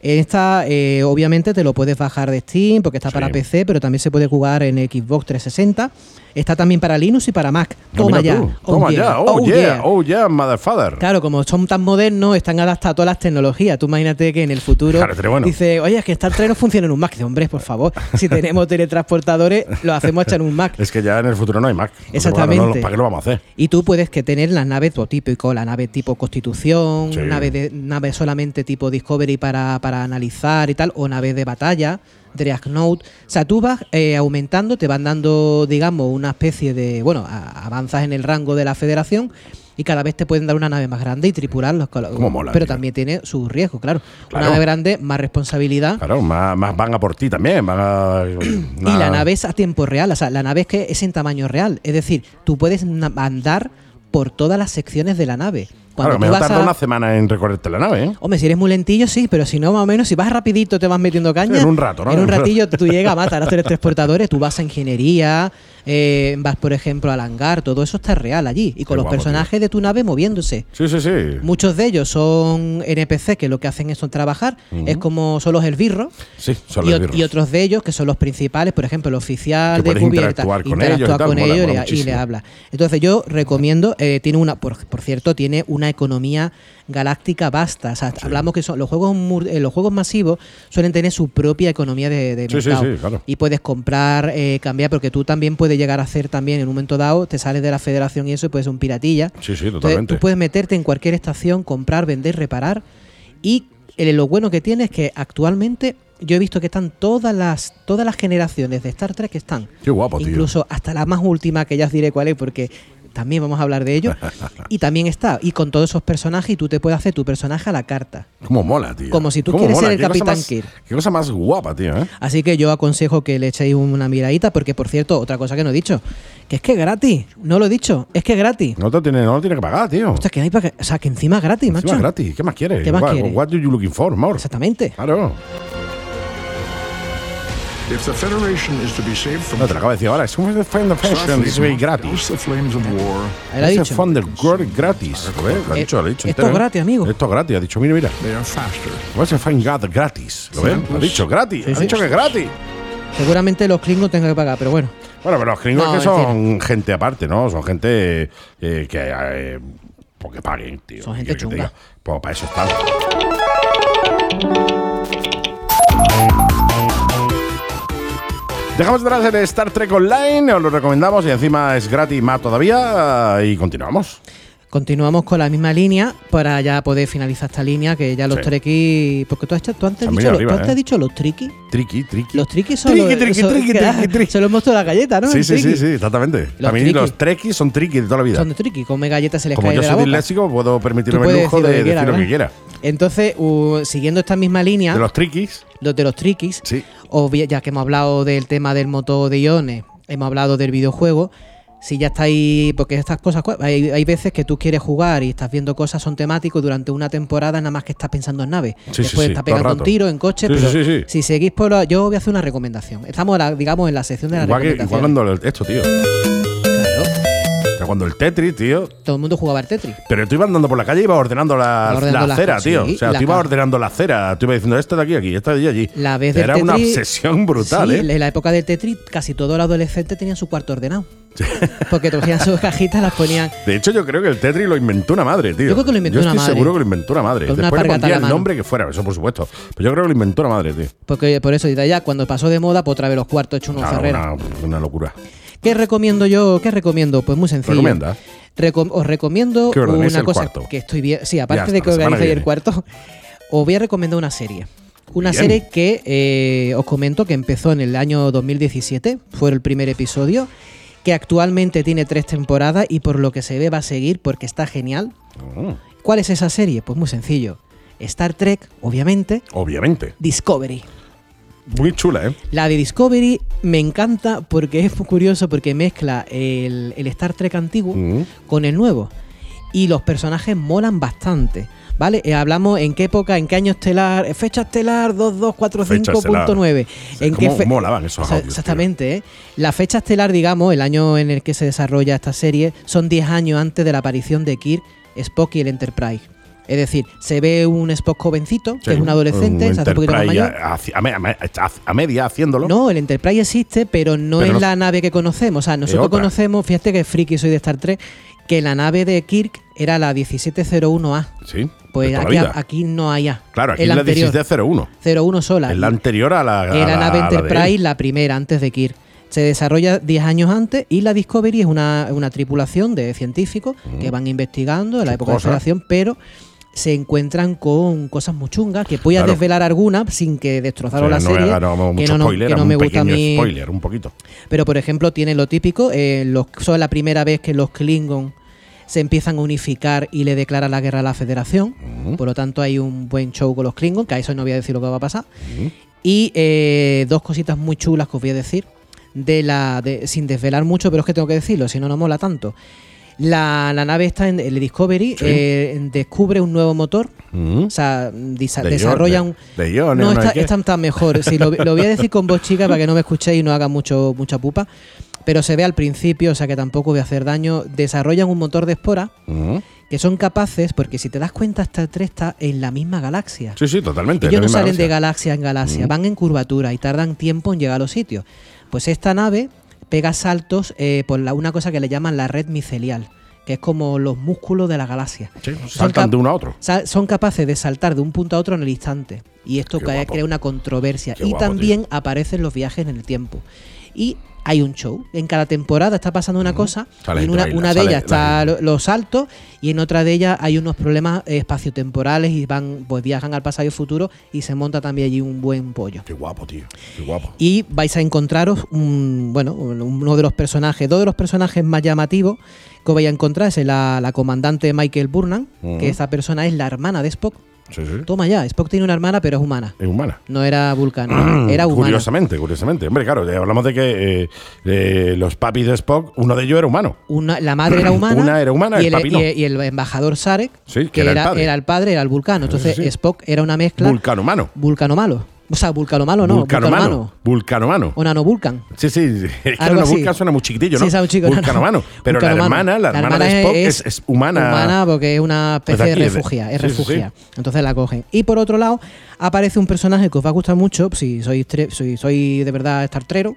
[SPEAKER 3] Esta, eh, obviamente, te lo puedes bajar de Steam porque está para
[SPEAKER 2] Sí.
[SPEAKER 3] PC, pero también se puede jugar en Xbox 360. Está también para Linux y para Mac.
[SPEAKER 2] Mira
[SPEAKER 3] Toma ya.
[SPEAKER 2] tú.
[SPEAKER 3] Oh,
[SPEAKER 2] Toma
[SPEAKER 3] yeah,
[SPEAKER 2] ya. Oh, yeah.
[SPEAKER 3] yeah.
[SPEAKER 2] Oh, yeah, motherfather.
[SPEAKER 3] Claro, como son tan modernos, están adaptados a todas las tecnologías. Tú imagínate que en el futuro
[SPEAKER 2] Claro, pero bueno.
[SPEAKER 3] dice, oye, es que esta tren no funciona en un Mac. Dice, hombre, por favor,
[SPEAKER 2] <laughs>
[SPEAKER 3] si tenemos teletransportadores, lo hacemos hasta en un Mac.
[SPEAKER 2] Es que ya en el futuro no hay Mac. Entonces,
[SPEAKER 3] Exactamente.
[SPEAKER 2] bueno, no, ¿Para qué lo vamos a hacer?
[SPEAKER 3] Y tú puedes que tener las naves todo típico, la nave tipo Constitución,
[SPEAKER 2] Sí.
[SPEAKER 3] nave, de, nave solamente tipo Discovery para, para analizar y tal, o naves de batalla, Dreadnought. O sea, tú vas eh, aumentando, te van dando, digamos, una especie de. Bueno, a- avanzas en el rango de la Federación y cada vez te pueden dar una nave más grande y tripularlos. con-
[SPEAKER 2] Cómo mola,
[SPEAKER 3] pero
[SPEAKER 2] tío.
[SPEAKER 3] también tiene sus riesgos, claro.
[SPEAKER 2] Claro.
[SPEAKER 3] Una nave grande, más responsabilidad.
[SPEAKER 2] Claro, más, más van a por ti también. Van a,
[SPEAKER 3] Y la nave es a tiempo real, o sea, la nave es que es en tamaño real. Es decir, tú puedes na- andar por todas las secciones de la nave.
[SPEAKER 2] Claro,
[SPEAKER 3] Cuando
[SPEAKER 2] me
[SPEAKER 3] tú vas
[SPEAKER 2] tarda
[SPEAKER 3] a...
[SPEAKER 2] una semana en recorrerte la nave, ¿eh?
[SPEAKER 3] Hombre, si eres muy lentillo, sí, pero si no, más o menos, si vas rapidito te vas metiendo caña.
[SPEAKER 2] en un rato, ¿no?
[SPEAKER 3] En un ratillo tú llegas, matas a los teletransportadores, tú vas a ingeniería, eh, vas, por ejemplo, al hangar, todo eso está real allí. Y
[SPEAKER 2] Qué
[SPEAKER 3] con los
[SPEAKER 2] guapo,
[SPEAKER 3] personajes de tu nave moviéndose.
[SPEAKER 2] Sí, sí, sí.
[SPEAKER 3] Muchos de ellos son NPC que lo que hacen es son trabajar, es como son los elbirros,
[SPEAKER 2] Sí, son
[SPEAKER 3] y,
[SPEAKER 2] los
[SPEAKER 3] ot-
[SPEAKER 2] virus.
[SPEAKER 3] y otros de ellos que son los principales, por ejemplo, el oficial
[SPEAKER 2] Que
[SPEAKER 3] de
[SPEAKER 2] puedes
[SPEAKER 3] cubierta
[SPEAKER 2] interactuar con ellos y
[SPEAKER 3] interactúa
[SPEAKER 2] tal,
[SPEAKER 3] con
[SPEAKER 2] mola,
[SPEAKER 3] ellos y
[SPEAKER 2] mola
[SPEAKER 3] le- y le
[SPEAKER 2] muchísimo.
[SPEAKER 3] habla. Entonces yo recomiendo, eh, tiene una, por, por cierto, tiene una economía galáctica vasta. O sea, hablamos que son los juegos mur- eh, los juegos masivos suelen tener su propia economía de, de
[SPEAKER 2] Sí, sí,
[SPEAKER 3] mercado.
[SPEAKER 2] sí, claro.
[SPEAKER 3] Y puedes comprar, eh, cambiar, porque tú también puedes llegar a hacer también en un momento dado, te sales de la federación y eso, y puedes ser un piratilla.
[SPEAKER 2] Sí, sí,
[SPEAKER 3] Entonces,
[SPEAKER 2] totalmente.
[SPEAKER 3] tú puedes meterte en cualquier estación, comprar, vender, reparar. Y eh, lo bueno que tiene es que actualmente yo he visto que están todas las, todas las generaciones de Star Trek que están.
[SPEAKER 2] Qué guapo, Oh, tío.
[SPEAKER 3] Incluso hasta la más última, que ya os diré cuál es, porque también vamos a hablar de ello.
[SPEAKER 2] <laughs>
[SPEAKER 3] y también está. Y con todos esos personajes, y tú te puedes hacer tu personaje a la carta.
[SPEAKER 2] Cómo mola, tío.
[SPEAKER 3] Como si tú
[SPEAKER 2] Cómo
[SPEAKER 3] quieres ser el
[SPEAKER 2] Qué cosa
[SPEAKER 3] Capitán
[SPEAKER 2] más-
[SPEAKER 3] Kirk.
[SPEAKER 2] Qué cosa más guapa, tío, ¿eh?
[SPEAKER 3] Así que yo aconsejo que le echéis una miradita, porque por cierto, otra cosa que no he dicho, que es que es gratis. No lo he dicho, es que es gratis.
[SPEAKER 2] No, te tiene, no lo tiene que pagar, tío.
[SPEAKER 3] O sea, que, hay pa' que- o sea, que encima es gratis,
[SPEAKER 2] Encima
[SPEAKER 3] macho.
[SPEAKER 2] gratis. ¿Qué más quieres?
[SPEAKER 3] ¿Qué más
[SPEAKER 2] what,
[SPEAKER 3] quieres?
[SPEAKER 2] what do you looking for, more?
[SPEAKER 3] Exactamente.
[SPEAKER 2] Claro.
[SPEAKER 5] If the Federation is to be saved from
[SPEAKER 2] No, te lo acabo de decir ahora. Es un fan de fashion.
[SPEAKER 5] Starfleet
[SPEAKER 2] Es muy
[SPEAKER 5] must douse
[SPEAKER 2] gratis.
[SPEAKER 5] the flames of war.
[SPEAKER 3] Ahí lo ha
[SPEAKER 2] Ese
[SPEAKER 3] dicho.
[SPEAKER 2] fan del girl gratis. A ver, Lo ha
[SPEAKER 3] Eh,
[SPEAKER 2] dicho, lo ha dicho.
[SPEAKER 3] esto
[SPEAKER 2] entero,
[SPEAKER 3] es
[SPEAKER 2] ¿eh?
[SPEAKER 3] gratis, amigo.
[SPEAKER 2] Esto es gratis. Ha dicho, mira, mira.
[SPEAKER 5] They are faster.
[SPEAKER 2] Vas a find God gratis. ¿Lo ves? Lo ha dicho, gratis. Ha
[SPEAKER 3] sí.
[SPEAKER 2] dicho que es gratis.
[SPEAKER 3] Seguramente los Klingons tengan que pagar, pero bueno.
[SPEAKER 2] Bueno, pero los gringos
[SPEAKER 3] No,
[SPEAKER 2] que
[SPEAKER 3] en
[SPEAKER 2] son gente aparte, ¿no? Son gente eh, que. eh, porque paguen, tío.
[SPEAKER 3] Son
[SPEAKER 2] ¿Qué quieres
[SPEAKER 3] gente
[SPEAKER 2] que te
[SPEAKER 3] chunga.
[SPEAKER 2] diga? Pues para eso están. Dejamos atrás el Star Trek Online, os lo recomendamos y encima es gratis más todavía y continuamos.
[SPEAKER 3] Continuamos con la misma línea para ya poder finalizar esta línea que ya los
[SPEAKER 2] Sí.
[SPEAKER 3] triqui. Porque tú has, hecho- tú antes,
[SPEAKER 2] Se
[SPEAKER 3] has
[SPEAKER 2] han
[SPEAKER 3] dicho,
[SPEAKER 2] venido
[SPEAKER 3] los-
[SPEAKER 2] arriba,
[SPEAKER 3] tú antes
[SPEAKER 2] eh.
[SPEAKER 3] has dicho los triqui.
[SPEAKER 2] Triqui, triqui.
[SPEAKER 3] Los triqui son.
[SPEAKER 2] Triqui,
[SPEAKER 3] los-
[SPEAKER 2] triqui,
[SPEAKER 3] son-
[SPEAKER 2] triqui,
[SPEAKER 3] <laughs> que-
[SPEAKER 2] triqui, triqui.
[SPEAKER 3] Se lo hemos dado la galleta, ¿no?
[SPEAKER 2] Sí,
[SPEAKER 3] El
[SPEAKER 2] sí, sí,
[SPEAKER 3] triqui.
[SPEAKER 2] sí, exactamente. También
[SPEAKER 3] triqui.
[SPEAKER 2] los trequis son triqui de toda la vida.
[SPEAKER 3] Son de triqui. Come galletas se les
[SPEAKER 2] Como
[SPEAKER 3] cae
[SPEAKER 2] yo
[SPEAKER 3] de la
[SPEAKER 2] soy
[SPEAKER 3] boca.
[SPEAKER 2] disléxico, puedo
[SPEAKER 3] Tú
[SPEAKER 2] permitirme el
[SPEAKER 3] puedes
[SPEAKER 2] lujo
[SPEAKER 3] decir
[SPEAKER 2] de
[SPEAKER 3] lo que
[SPEAKER 2] decir
[SPEAKER 3] quieras,
[SPEAKER 2] lo que
[SPEAKER 3] ¿verdad?
[SPEAKER 2] quiera.
[SPEAKER 3] Entonces, uh, siguiendo esta misma línea,
[SPEAKER 2] De los triquis,
[SPEAKER 3] los de los triquis,
[SPEAKER 2] Sí.
[SPEAKER 3] o bien- ya que hemos hablado del tema del motor de iones, hemos hablado del videojuego, si ya estáis, porque estas cosas, cua- hay, hay veces que tú quieres jugar y estás viendo cosas, son temáticos, durante una temporada nada más que estás pensando en naves.
[SPEAKER 2] Sí, sí,
[SPEAKER 3] Después
[SPEAKER 2] sí,
[SPEAKER 3] estás
[SPEAKER 2] todo el
[SPEAKER 3] pegando un
[SPEAKER 2] rato.
[SPEAKER 3] tiro en coche,
[SPEAKER 2] Sí,
[SPEAKER 3] pero
[SPEAKER 2] sí, sí, sí.
[SPEAKER 3] si seguís por... la- yo voy a hacer una recomendación. Estamos, ahora, digamos, en la sección de la
[SPEAKER 2] igual, que, igual
[SPEAKER 3] recomendación.
[SPEAKER 2] cuando el- esto, tío. O sea, cuando el Tetris, tío.
[SPEAKER 3] Todo el mundo jugaba al Tetris.
[SPEAKER 2] Pero tú ibas andando por la calle y ibas ordenando la,
[SPEAKER 3] Iba ordenando
[SPEAKER 2] la
[SPEAKER 3] las
[SPEAKER 2] acera,
[SPEAKER 3] cosas,
[SPEAKER 2] tío.
[SPEAKER 3] sí,
[SPEAKER 2] o sea,
[SPEAKER 3] la
[SPEAKER 2] tú ibas
[SPEAKER 3] ca-
[SPEAKER 2] ordenando la acera. Tú ibas diciendo, esta de aquí, aquí, esta de allí, allí.
[SPEAKER 3] La vez del
[SPEAKER 2] Era una
[SPEAKER 3] Tetris-
[SPEAKER 2] obsesión brutal,
[SPEAKER 3] Sí,
[SPEAKER 2] ¿eh?
[SPEAKER 3] En la época del Tetris, casi todos los adolescentes tenían su cuarto ordenado. Porque cogían sus cajitas, las ponían.
[SPEAKER 2] De hecho, yo creo que el Tetris lo inventó una madre, tío.
[SPEAKER 3] Yo creo que lo inventó
[SPEAKER 2] Yo estoy
[SPEAKER 3] una madre.
[SPEAKER 2] seguro que lo inventó una madre.
[SPEAKER 3] Con una
[SPEAKER 2] Después le
[SPEAKER 3] pargata
[SPEAKER 2] pondría
[SPEAKER 3] a la
[SPEAKER 2] el
[SPEAKER 3] mano.
[SPEAKER 2] nombre que fuera, eso por supuesto. Pero yo creo que lo inventó una madre, tío.
[SPEAKER 3] Porque por eso, ya cuando pasó de moda, pues otra vez los cuartos hecho unos
[SPEAKER 2] Claro,
[SPEAKER 3] ferreros.
[SPEAKER 2] una, una locura.
[SPEAKER 3] ¿Qué recomiendo yo? ¿Qué recomiendo? Pues muy sencillo.
[SPEAKER 2] Recomienda.
[SPEAKER 3] Reco- os recomiendo
[SPEAKER 2] Que ordenéis
[SPEAKER 3] una
[SPEAKER 2] el
[SPEAKER 3] cosa
[SPEAKER 2] cuarto.
[SPEAKER 3] que estoy bien. Sí, aparte
[SPEAKER 2] hasta
[SPEAKER 3] de que
[SPEAKER 2] la semana que
[SPEAKER 3] organizáis el
[SPEAKER 2] viene.
[SPEAKER 3] cuarto, <laughs> os voy a recomendar una serie. Una
[SPEAKER 2] Bien.
[SPEAKER 3] serie que eh, os comento que empezó en el año 2017, fue el primer episodio, que actualmente tiene tres temporadas y por lo que se ve va a seguir porque está genial.
[SPEAKER 2] Mm,
[SPEAKER 3] ¿Cuál es esa serie? Pues muy sencillo. Star Trek, obviamente,
[SPEAKER 2] Obviamente.
[SPEAKER 3] Discovery.
[SPEAKER 2] muy chula, ¿eh?
[SPEAKER 3] La de Discovery me encanta porque es muy curioso porque mezcla el, el Star Trek antiguo
[SPEAKER 2] Mm.
[SPEAKER 3] con el nuevo. Y los personajes molan bastante. ¿Vale? Eh, hablamos en qué época, en qué año estelar, eh, fecha estelar 2245.9.
[SPEAKER 2] sea,
[SPEAKER 3] ¿En qué
[SPEAKER 2] cómo molaban esos
[SPEAKER 3] O sea,
[SPEAKER 2] audios, tío.
[SPEAKER 3] Exactamente, ¿eh? La fecha estelar, digamos, el año en el que se desarrolla esta serie, son 10 años antes de la aparición de Kirk, Spock y el Enterprise. Es decir, se ve un Spock jovencito, que es un adolescente, se hace un poquito más
[SPEAKER 2] Enterprise
[SPEAKER 3] mayor.
[SPEAKER 2] a, a me- a me- a media haciéndolo.
[SPEAKER 3] No, el Enterprise existe, pero no
[SPEAKER 2] Pero
[SPEAKER 3] es
[SPEAKER 2] no-
[SPEAKER 3] la nave que conocemos. O sea, nosotros
[SPEAKER 2] otra.
[SPEAKER 3] conocemos, fíjate que friki soy de Star Trek, que la nave de Kirk era la 1701A.
[SPEAKER 2] Sí. de
[SPEAKER 3] Pues
[SPEAKER 2] toda la
[SPEAKER 3] aquí,
[SPEAKER 2] vida.
[SPEAKER 3] aquí no hay A.
[SPEAKER 2] claro, aquí
[SPEAKER 3] el
[SPEAKER 2] es la
[SPEAKER 3] anterior,
[SPEAKER 2] 1601.
[SPEAKER 3] 01 sola.
[SPEAKER 2] Es la anterior a la. a
[SPEAKER 3] Era nave
[SPEAKER 2] a de él.
[SPEAKER 3] Enterprise, la primera, antes de Kirk. Se desarrolla 10 años antes y la Discovery es una, una tripulación de científicos que van investigando en la
[SPEAKER 2] Mm. Sus
[SPEAKER 3] época
[SPEAKER 2] cosas.
[SPEAKER 3] de instalación, pero se encuentran con cosas muy chungas que voy a
[SPEAKER 2] Claro.
[SPEAKER 3] desvelar alguna sin que destrozaron
[SPEAKER 2] O sea,
[SPEAKER 3] la
[SPEAKER 2] no
[SPEAKER 3] serie.
[SPEAKER 2] hagamos
[SPEAKER 3] que
[SPEAKER 2] mucho
[SPEAKER 3] no, no-
[SPEAKER 2] spoiler,
[SPEAKER 3] que no
[SPEAKER 2] un
[SPEAKER 3] me gusta a
[SPEAKER 2] pequeño
[SPEAKER 3] mí.
[SPEAKER 2] spoiler, un poquito.
[SPEAKER 3] Pero por ejemplo, tiene lo típico, eh, los, son la primera vez que los Klingon se empiezan a unificar y le declaran la guerra a la Federación. Por lo tanto, hay un buen show con los Klingon, que a eso no voy a decir lo que va a pasar. Y eh, dos cositas muy chulas que os voy a decir, de la de- sin desvelar mucho, pero es que tengo que decirlo, si no, no mola tanto. La, la nave está en el Discovery,
[SPEAKER 2] Sí.
[SPEAKER 3] eh, descubre un nuevo motor,
[SPEAKER 2] Mm.
[SPEAKER 3] o sea, desa-
[SPEAKER 2] De
[SPEAKER 3] desarrolla
[SPEAKER 2] ion-
[SPEAKER 3] un,
[SPEAKER 2] de- de iones,
[SPEAKER 3] no,
[SPEAKER 2] no
[SPEAKER 3] está,
[SPEAKER 2] sé qué.
[SPEAKER 3] están tan mejor. Sí, lo, lo voy a decir con voz chica para que no me escuchéis y no haga mucho, mucha pupa. Pero se ve al principio, o sea que tampoco voy a hacer daño. Desarrollan un motor de espora
[SPEAKER 2] Mm.
[SPEAKER 3] que son capaces, porque si te das cuenta, esta 3 está en la misma galaxia.
[SPEAKER 2] Sí, sí, totalmente. la
[SPEAKER 3] Ellos no
[SPEAKER 2] misma Mm.
[SPEAKER 3] salen de
[SPEAKER 2] gracia.
[SPEAKER 3] galaxia en galaxia, van en curvatura y tardan tiempo en llegar a los sitios. Pues esta nave pega saltos eh, por la, una cosa que le llaman la red micelial, que es como los músculos de la galaxia.
[SPEAKER 2] Sí,
[SPEAKER 3] Son
[SPEAKER 2] saltan
[SPEAKER 3] cap-
[SPEAKER 2] de uno a otro.
[SPEAKER 3] Sa- son capaces de saltar de un punto a otro en el instante. Y esto
[SPEAKER 2] Qué
[SPEAKER 3] crea,
[SPEAKER 2] guapo.
[SPEAKER 3] crea una controversia.
[SPEAKER 2] Qué
[SPEAKER 3] y
[SPEAKER 2] guapo,
[SPEAKER 3] también aparecen los viajes en el tiempo. Y hay un show. En cada temporada está pasando una cosa.
[SPEAKER 2] Sale
[SPEAKER 3] y en una,
[SPEAKER 2] Hitler,
[SPEAKER 3] una de
[SPEAKER 2] sale
[SPEAKER 3] ellas está
[SPEAKER 2] la-
[SPEAKER 3] lo- los saltos. Y en otra de ellas hay unos problemas eh, espaciotemporales. Y van, pues viajan al pasado y futuro. Y se monta también allí un buen pollo.
[SPEAKER 2] Qué guapo, tío. Qué guapo.
[SPEAKER 3] Y vais a encontraros un, bueno, uno de los personajes, dos de los personajes más llamativos que vais a encontrar es la, la comandante Michael Burnham,
[SPEAKER 2] Ujú.
[SPEAKER 3] que esta persona es la hermana de Spock.
[SPEAKER 2] Sí, sí.
[SPEAKER 3] Toma ya, Spock tiene una hermana, pero es humana.
[SPEAKER 2] Es humana.
[SPEAKER 3] No
[SPEAKER 2] <clears throat>
[SPEAKER 3] era vulcana, era humana.
[SPEAKER 2] Curiosamente, curiosamente. Hombre, claro, eh, hablamos de que eh, eh, los papis de Spock, uno de ellos era humano.
[SPEAKER 3] Una- la
[SPEAKER 2] <clears throat>
[SPEAKER 3] madre era humana.
[SPEAKER 2] Una era humana,
[SPEAKER 3] y
[SPEAKER 2] el
[SPEAKER 3] el,
[SPEAKER 2] papi no.
[SPEAKER 3] y- y el embajador Sarek,
[SPEAKER 2] Sí, que era el padre.
[SPEAKER 3] era el padre, era el vulcano. Entonces,
[SPEAKER 2] Sí, sí.
[SPEAKER 3] Spock era una mezcla
[SPEAKER 2] Vulcano humano.
[SPEAKER 3] vulcano malo. O sea, vulcano malo, no.
[SPEAKER 2] vulcano humano.
[SPEAKER 3] vulcanomano.
[SPEAKER 2] Vulcano humano.
[SPEAKER 3] O nano vulcan.
[SPEAKER 2] Sí, sí, <laughs> es que
[SPEAKER 3] Algo
[SPEAKER 2] una
[SPEAKER 3] así.
[SPEAKER 2] vulcan suena muy chiquitillo, ¿no?
[SPEAKER 3] Sí, sabe un chico,
[SPEAKER 2] Vulcano
[SPEAKER 3] no, no. <laughs>
[SPEAKER 2] humano. Pero la
[SPEAKER 3] Vulcano humano.
[SPEAKER 2] hermana, la hermana de Spock es, es humana.
[SPEAKER 3] Humana porque es una especie
[SPEAKER 2] aquí,
[SPEAKER 3] de
[SPEAKER 2] es de-
[SPEAKER 3] refugia, es
[SPEAKER 2] sí, sí,
[SPEAKER 3] refugia. Entonces la cogen. Y por otro lado, aparece un personaje que os va a gustar mucho, si sois, tre- si sois de verdad startrero,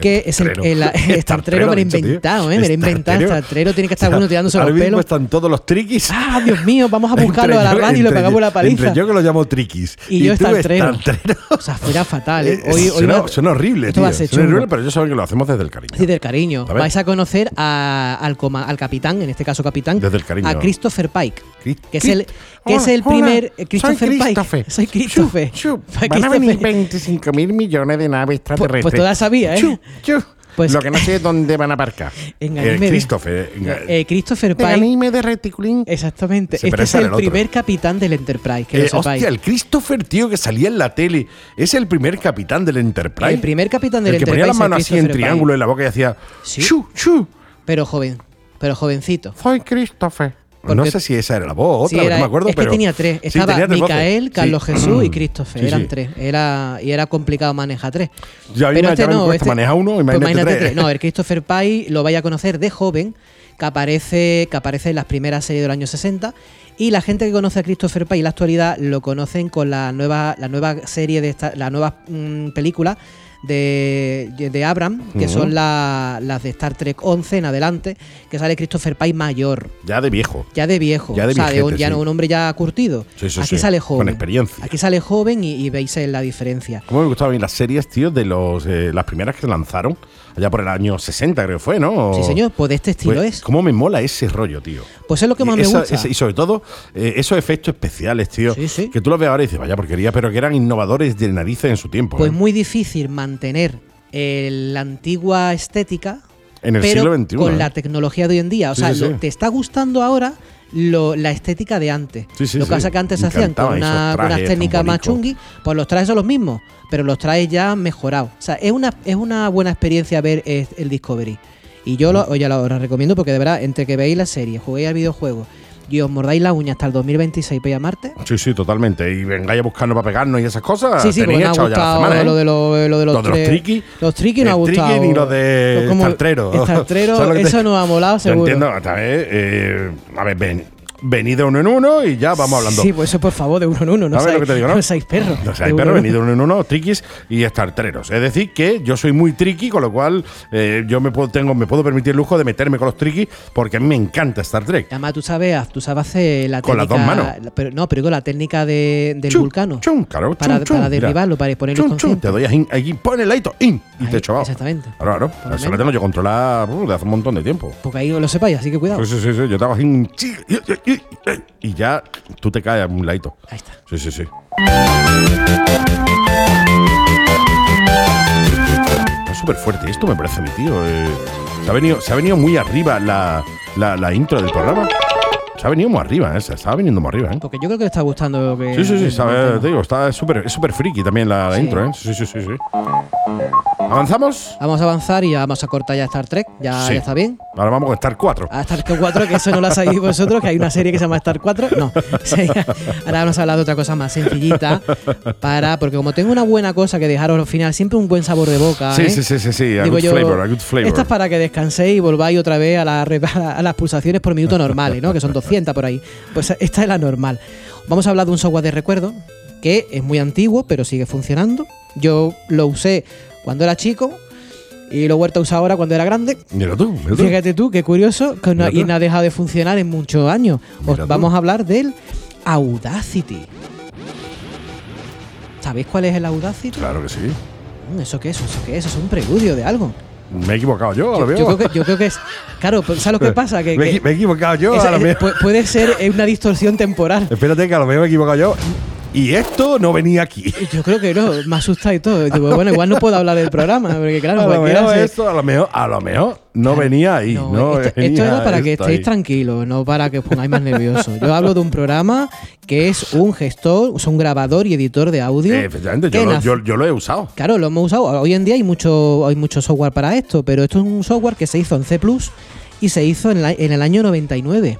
[SPEAKER 3] que es el,
[SPEAKER 2] Startrero. <laughs>
[SPEAKER 3] el, el startrero me lo he
[SPEAKER 2] dicho, tío.
[SPEAKER 3] inventado, ¿eh? Me lo he inventado.
[SPEAKER 2] Startrero.
[SPEAKER 3] Startrero tiene que estar
[SPEAKER 2] O sea,
[SPEAKER 3] uno tirándose los
[SPEAKER 2] ahora mismo
[SPEAKER 3] pelos.
[SPEAKER 2] están todos los triquis.
[SPEAKER 3] Ah, Dios mío, vamos a
[SPEAKER 2] Entre
[SPEAKER 3] buscarlo a la
[SPEAKER 2] yo-
[SPEAKER 3] radio y le
[SPEAKER 2] entre
[SPEAKER 3] pagamos
[SPEAKER 2] yo-
[SPEAKER 3] la paliza.
[SPEAKER 2] Entre yo que lo llamo triquis.
[SPEAKER 3] Y yo
[SPEAKER 2] tú
[SPEAKER 3] Startrero.
[SPEAKER 2] Startrero.
[SPEAKER 3] O sea, fuera
[SPEAKER 2] <laughs>
[SPEAKER 3] fatal. ¿eh?
[SPEAKER 2] Eh,
[SPEAKER 3] Hoy, hoy
[SPEAKER 2] suena,
[SPEAKER 3] va-
[SPEAKER 2] suena horrible,
[SPEAKER 3] esto
[SPEAKER 2] tío.
[SPEAKER 3] va a ser
[SPEAKER 2] Suena
[SPEAKER 3] chungo.
[SPEAKER 2] horrible, pero yo saben que lo hacemos desde el cariño.
[SPEAKER 3] Sí, del cariño.
[SPEAKER 2] A ver.
[SPEAKER 3] Vais a conocer a- al, coma- al capitán, en este caso capitán,
[SPEAKER 2] Desde el cariño.
[SPEAKER 3] a Christopher Pike.
[SPEAKER 2] Crist-
[SPEAKER 3] Que es el,
[SPEAKER 2] Crist-
[SPEAKER 3] que es
[SPEAKER 2] Hola,
[SPEAKER 3] el
[SPEAKER 2] hola,
[SPEAKER 3] primer
[SPEAKER 2] soy
[SPEAKER 3] Christopher Pike.
[SPEAKER 2] Christopher.
[SPEAKER 3] Soy Christopher.
[SPEAKER 2] Chup, chup.
[SPEAKER 3] Soy
[SPEAKER 2] Van a venir
[SPEAKER 3] Christopher.
[SPEAKER 2] 25 mil millones de naves extraterrestres.
[SPEAKER 3] pues toda la sabía, ¿eh?
[SPEAKER 2] Chup, chup.
[SPEAKER 3] Pues-
[SPEAKER 2] Lo que no sé es dónde van a
[SPEAKER 3] <laughs>
[SPEAKER 2] aparcar.
[SPEAKER 3] En
[SPEAKER 2] Eh,
[SPEAKER 3] Ganímedes.
[SPEAKER 2] Christopher. en-
[SPEAKER 3] Eh, Christopher
[SPEAKER 2] de
[SPEAKER 3] Pike.
[SPEAKER 2] Ganímedes Reticulín.
[SPEAKER 3] Exactamente.
[SPEAKER 2] Se
[SPEAKER 3] este es
[SPEAKER 2] parece al
[SPEAKER 3] el
[SPEAKER 2] otro.
[SPEAKER 3] primer capitán del Enterprise, que
[SPEAKER 2] Eh,
[SPEAKER 3] lo sepáis.
[SPEAKER 2] hostia, el Christopher, tío, que salía en la tele, es el primer capitán del Enterprise.
[SPEAKER 3] El primer capitán del
[SPEAKER 2] El que ponía
[SPEAKER 3] Enterprise
[SPEAKER 2] las
[SPEAKER 3] es
[SPEAKER 2] manos así en
[SPEAKER 3] Christopher
[SPEAKER 2] triángulo en la boca y hacía
[SPEAKER 3] Sí.
[SPEAKER 2] chu, chu,
[SPEAKER 3] Pero joven. Pero jovencito.
[SPEAKER 2] soy Christopher. no
[SPEAKER 3] Porque-
[SPEAKER 2] sé si esa era la voz,
[SPEAKER 3] Sí,
[SPEAKER 2] otra,
[SPEAKER 3] era-
[SPEAKER 2] no me acuerdo,
[SPEAKER 3] es
[SPEAKER 2] pero.
[SPEAKER 3] que tenía tres.
[SPEAKER 2] Sí,
[SPEAKER 3] Estaba
[SPEAKER 2] tenía tres voces.
[SPEAKER 3] Micael,
[SPEAKER 2] Sí. <clears throat>
[SPEAKER 3] Carlos Jesús y Christopher.
[SPEAKER 2] Sí,
[SPEAKER 3] eran
[SPEAKER 2] sí.
[SPEAKER 3] tres. Era, y era complicado manejar tres.
[SPEAKER 2] Ya,
[SPEAKER 3] Pero
[SPEAKER 2] ima-
[SPEAKER 3] este
[SPEAKER 2] ya me
[SPEAKER 3] no,
[SPEAKER 2] cuesta
[SPEAKER 3] este-
[SPEAKER 2] manejar uno,
[SPEAKER 3] pues
[SPEAKER 2] imagínate tres.
[SPEAKER 3] No, el Christopher Pike lo vaya a conocer de joven, que aparece, que aparece en las primeras series de los años 60. Y la gente que conoce a Christopher Pike en la actualidad lo conocen con la nueva, la nueva serie de esta, la nueva mm, película de, de Abram, que son la- las de Star Trek 11 en adelante, que sale Christopher Pike mayor.
[SPEAKER 2] Ya de viejo.
[SPEAKER 3] Ya de viejo.
[SPEAKER 2] Ya de
[SPEAKER 3] o sea,
[SPEAKER 2] viejete,
[SPEAKER 3] un, ya
[SPEAKER 2] sí.
[SPEAKER 3] no- un hombre ya curtido.
[SPEAKER 2] Sí, sí,
[SPEAKER 3] Aquí
[SPEAKER 2] sí,
[SPEAKER 3] sale
[SPEAKER 2] con
[SPEAKER 3] joven.
[SPEAKER 2] experiencia.
[SPEAKER 3] Aquí sale joven y, y veis la diferencia.
[SPEAKER 2] ¿Cómo me gustaban a mí las series, tío, de los, eh, las primeras que se lanzaron? Allá por el año 60, creo que fue, ¿no?
[SPEAKER 3] Sí, señor, pues de este estilo
[SPEAKER 2] Oh. Pues,
[SPEAKER 3] es.
[SPEAKER 2] ¿Cómo me mola ese rollo, tío?
[SPEAKER 3] Pues es lo que más
[SPEAKER 2] Y
[SPEAKER 3] me
[SPEAKER 2] esa-
[SPEAKER 3] gusta.
[SPEAKER 2] ese- y sobre todo, eh, esos efectos especiales, tío.
[SPEAKER 3] Sí, sí.
[SPEAKER 2] Que tú los ves ahora y dices, vaya porquería, pero que eran innovadores de narices en su tiempo.
[SPEAKER 3] Pues
[SPEAKER 2] ¿eh?
[SPEAKER 3] muy difícil mantener el- la antigua estética
[SPEAKER 2] En el
[SPEAKER 3] pero
[SPEAKER 2] siglo XXI,
[SPEAKER 3] con
[SPEAKER 2] ¿eh?
[SPEAKER 3] la tecnología de hoy en día. O
[SPEAKER 2] Sí,
[SPEAKER 3] sea,
[SPEAKER 2] sí,
[SPEAKER 3] lo-
[SPEAKER 2] sí.
[SPEAKER 3] te está gustando ahora, lo- la estética de antes.
[SPEAKER 2] Sí, sí,
[SPEAKER 3] lo que
[SPEAKER 2] sí.
[SPEAKER 3] pasa que antes
[SPEAKER 2] Me
[SPEAKER 3] se hacían con,
[SPEAKER 2] encantaban
[SPEAKER 3] una-
[SPEAKER 2] esos
[SPEAKER 3] con unas
[SPEAKER 2] trajes
[SPEAKER 3] técnicas
[SPEAKER 2] tan
[SPEAKER 3] más
[SPEAKER 2] bonitos.
[SPEAKER 3] chungui, pues los trajes son los mismos, pero los trajes ya mejorados. O sea, es una, es una buena experiencia ver eh, el Discovery. Y yo
[SPEAKER 2] Mm.
[SPEAKER 3] lo, oye, lo, os recomiendo porque de verdad, entre que veáis la serie, juguéis al videojuego y os mordáis la uña hasta el 2026 para llamarte.
[SPEAKER 2] Sí, sí, totalmente. Y vengáis a buscarnos para pegarnos y esas cosas.
[SPEAKER 3] Sí, sí, porque
[SPEAKER 2] Ah, Tenéis
[SPEAKER 3] me ha
[SPEAKER 2] echado ya la
[SPEAKER 3] gustado
[SPEAKER 2] semana, ¿eh?
[SPEAKER 3] lo, de los, lo de los,
[SPEAKER 2] Lo de los
[SPEAKER 3] tres-
[SPEAKER 2] triqui.
[SPEAKER 3] Los triqui nos ha
[SPEAKER 2] El triqui
[SPEAKER 3] gustado.
[SPEAKER 2] ni los de
[SPEAKER 3] Los como-
[SPEAKER 2] Estartrero.
[SPEAKER 3] Estartrero,
[SPEAKER 2] <laughs> ¿Sabes lo que te-
[SPEAKER 3] eso nos ha molado,
[SPEAKER 2] Yo
[SPEAKER 3] seguro.
[SPEAKER 2] entiendo, a ver, eh, a ver, ven, venid de uno en uno y ya vamos hablando.
[SPEAKER 3] Sí, pues eso por favor, de uno en uno, no
[SPEAKER 2] ¿Sabes
[SPEAKER 3] seáis,
[SPEAKER 2] lo que te digo, no?
[SPEAKER 3] no seáis perros.
[SPEAKER 2] O sea,
[SPEAKER 3] de
[SPEAKER 2] hay
[SPEAKER 3] uno
[SPEAKER 2] perros
[SPEAKER 3] en uno.
[SPEAKER 2] venidos uno en uno, triquis y estartreros. Es decir, que yo soy muy triqui, con lo cual eh, yo me puedo, tengo, me puedo permitir el lujo de meterme con los triquis porque a mí me encanta Star Trek.
[SPEAKER 3] Además, tú sabes, haz- tú sabes hacer la
[SPEAKER 2] Con las
[SPEAKER 3] técnica.
[SPEAKER 2] dos manos.
[SPEAKER 3] la- pero, no, pero digo la técnica de, del
[SPEAKER 2] Chum,
[SPEAKER 3] vulcano.
[SPEAKER 2] chum, claro, chum,
[SPEAKER 3] para,
[SPEAKER 2] chum,
[SPEAKER 3] para
[SPEAKER 2] mira.
[SPEAKER 3] derribarlo, para ponerlo
[SPEAKER 2] Chum, chum,
[SPEAKER 3] inconsciente.
[SPEAKER 2] te doy ahí, ahí pon el laito, in, y
[SPEAKER 3] Ahí,
[SPEAKER 2] te echaba.
[SPEAKER 3] exactamente.
[SPEAKER 2] Claro,
[SPEAKER 3] Por
[SPEAKER 2] claro.
[SPEAKER 3] lo
[SPEAKER 2] Eso lo
[SPEAKER 3] menos.
[SPEAKER 2] tengo yo controlado uh, de hace un montón de tiempo.
[SPEAKER 3] Porque ahí lo sepáis, así que cuidado.
[SPEAKER 2] Sí, sí, sí, sí, Yo estaba así. un chi- y- y- Y y ya tú te caes a un laito.
[SPEAKER 3] Ahí está.
[SPEAKER 2] Sí, sí, sí. Está súper fuerte esto, me parece, mi tío. eh. se, ha venido, se ha venido muy arriba la, la, la intro del programa. Se ha venido muy arriba, eh. Se estaba viniendo muy arriba, eh.
[SPEAKER 3] Porque yo creo que le está gustando lo que.
[SPEAKER 2] Sí, sí, sí, sabe,
[SPEAKER 3] lo
[SPEAKER 2] te
[SPEAKER 3] que-
[SPEAKER 2] digo, está súper es súper friki también la, la
[SPEAKER 3] Sí.
[SPEAKER 2] intro, ¿eh? Sí, sí, sí, sí. ¿Avanzamos?
[SPEAKER 3] Vamos a avanzar y ya vamos a cortar ya Star Trek. Ya,
[SPEAKER 2] Sí.
[SPEAKER 3] ya está bien.
[SPEAKER 2] Ahora vamos a estar cuatro.
[SPEAKER 3] A Star Trek 4, que eso no lo sabéis vosotros, que hay una serie que se llama Star 4. No. <laughs> O sea, ahora vamos a hablar de otra cosa más sencillita. Para, porque como tengo una buena cosa que dejaros al final, siempre un buen sabor de boca.
[SPEAKER 2] Sí,
[SPEAKER 3] ¿eh?
[SPEAKER 2] sí, sí, sí, sí, a
[SPEAKER 3] Digo
[SPEAKER 2] good
[SPEAKER 3] yo,
[SPEAKER 2] flavor, a good flavor.
[SPEAKER 3] Esta es para que descanséis y volváis otra vez a, la re- <laughs> a la- a las pulsaciones por minuto normales, ¿no? Que son 200 por ahí. Pues esta es la normal. Vamos a hablar de un software de recuerdo que es muy antiguo, pero sigue funcionando. Yo lo usé cuando era chico y lo he vuelto a usar ahora cuando era grande.
[SPEAKER 2] Mira tú, mira tú.
[SPEAKER 3] Fíjate tú, qué curioso, que no,
[SPEAKER 2] Mira tú.
[SPEAKER 3] y no ha dejado de funcionar en muchos años. Os
[SPEAKER 2] Mira tú.
[SPEAKER 3] vamos a hablar del Audacity. ¿Sabéis cuál es el Audacity?
[SPEAKER 2] Claro que sí.
[SPEAKER 3] Mm, ¿Eso qué es? ¿Eso qué es? ¿Eso es un preludio de algo?
[SPEAKER 2] Me he equivocado yo, lo
[SPEAKER 3] Yo,
[SPEAKER 2] veo.
[SPEAKER 3] yo creo que, yo creo que es. Claro, pero ¿sabes lo
[SPEAKER 2] <laughs>
[SPEAKER 3] que pasa? Que,
[SPEAKER 2] me, he
[SPEAKER 3] que
[SPEAKER 2] equi- me he equivocado yo,
[SPEAKER 3] esa-
[SPEAKER 2] ahora
[SPEAKER 3] es- eh,
[SPEAKER 2] mismo.
[SPEAKER 3] pu- puede ser una distorsión temporal.
[SPEAKER 2] Espérate que a lo mejor me he equivocado yo. Y esto no venía aquí.
[SPEAKER 3] Yo creo que no, me asusta y todo. Digo, bueno, igual no puedo hablar del programa, porque claro,
[SPEAKER 2] <laughs> a lo
[SPEAKER 3] cualquiera
[SPEAKER 2] mejor
[SPEAKER 3] se-
[SPEAKER 2] esto, a lo mejor, a lo mejor no venía ahí. No,
[SPEAKER 3] pues, No, esto, esto
[SPEAKER 2] venía
[SPEAKER 3] era para que
[SPEAKER 2] esto
[SPEAKER 3] estéis
[SPEAKER 2] ahí.
[SPEAKER 3] tranquilos, no para que os pongáis más nerviosos. Yo hablo de un programa que es un gestor, es un grabador y editor de audio.
[SPEAKER 2] Eh, efectivamente,
[SPEAKER 3] que
[SPEAKER 2] yo lo,
[SPEAKER 3] nace-
[SPEAKER 2] yo- yo lo he usado.
[SPEAKER 3] Claro, lo hemos usado. Hoy en día hay mucho, hay mucho software para esto, pero esto es un software que se hizo en C y se hizo en, la- en el año 99.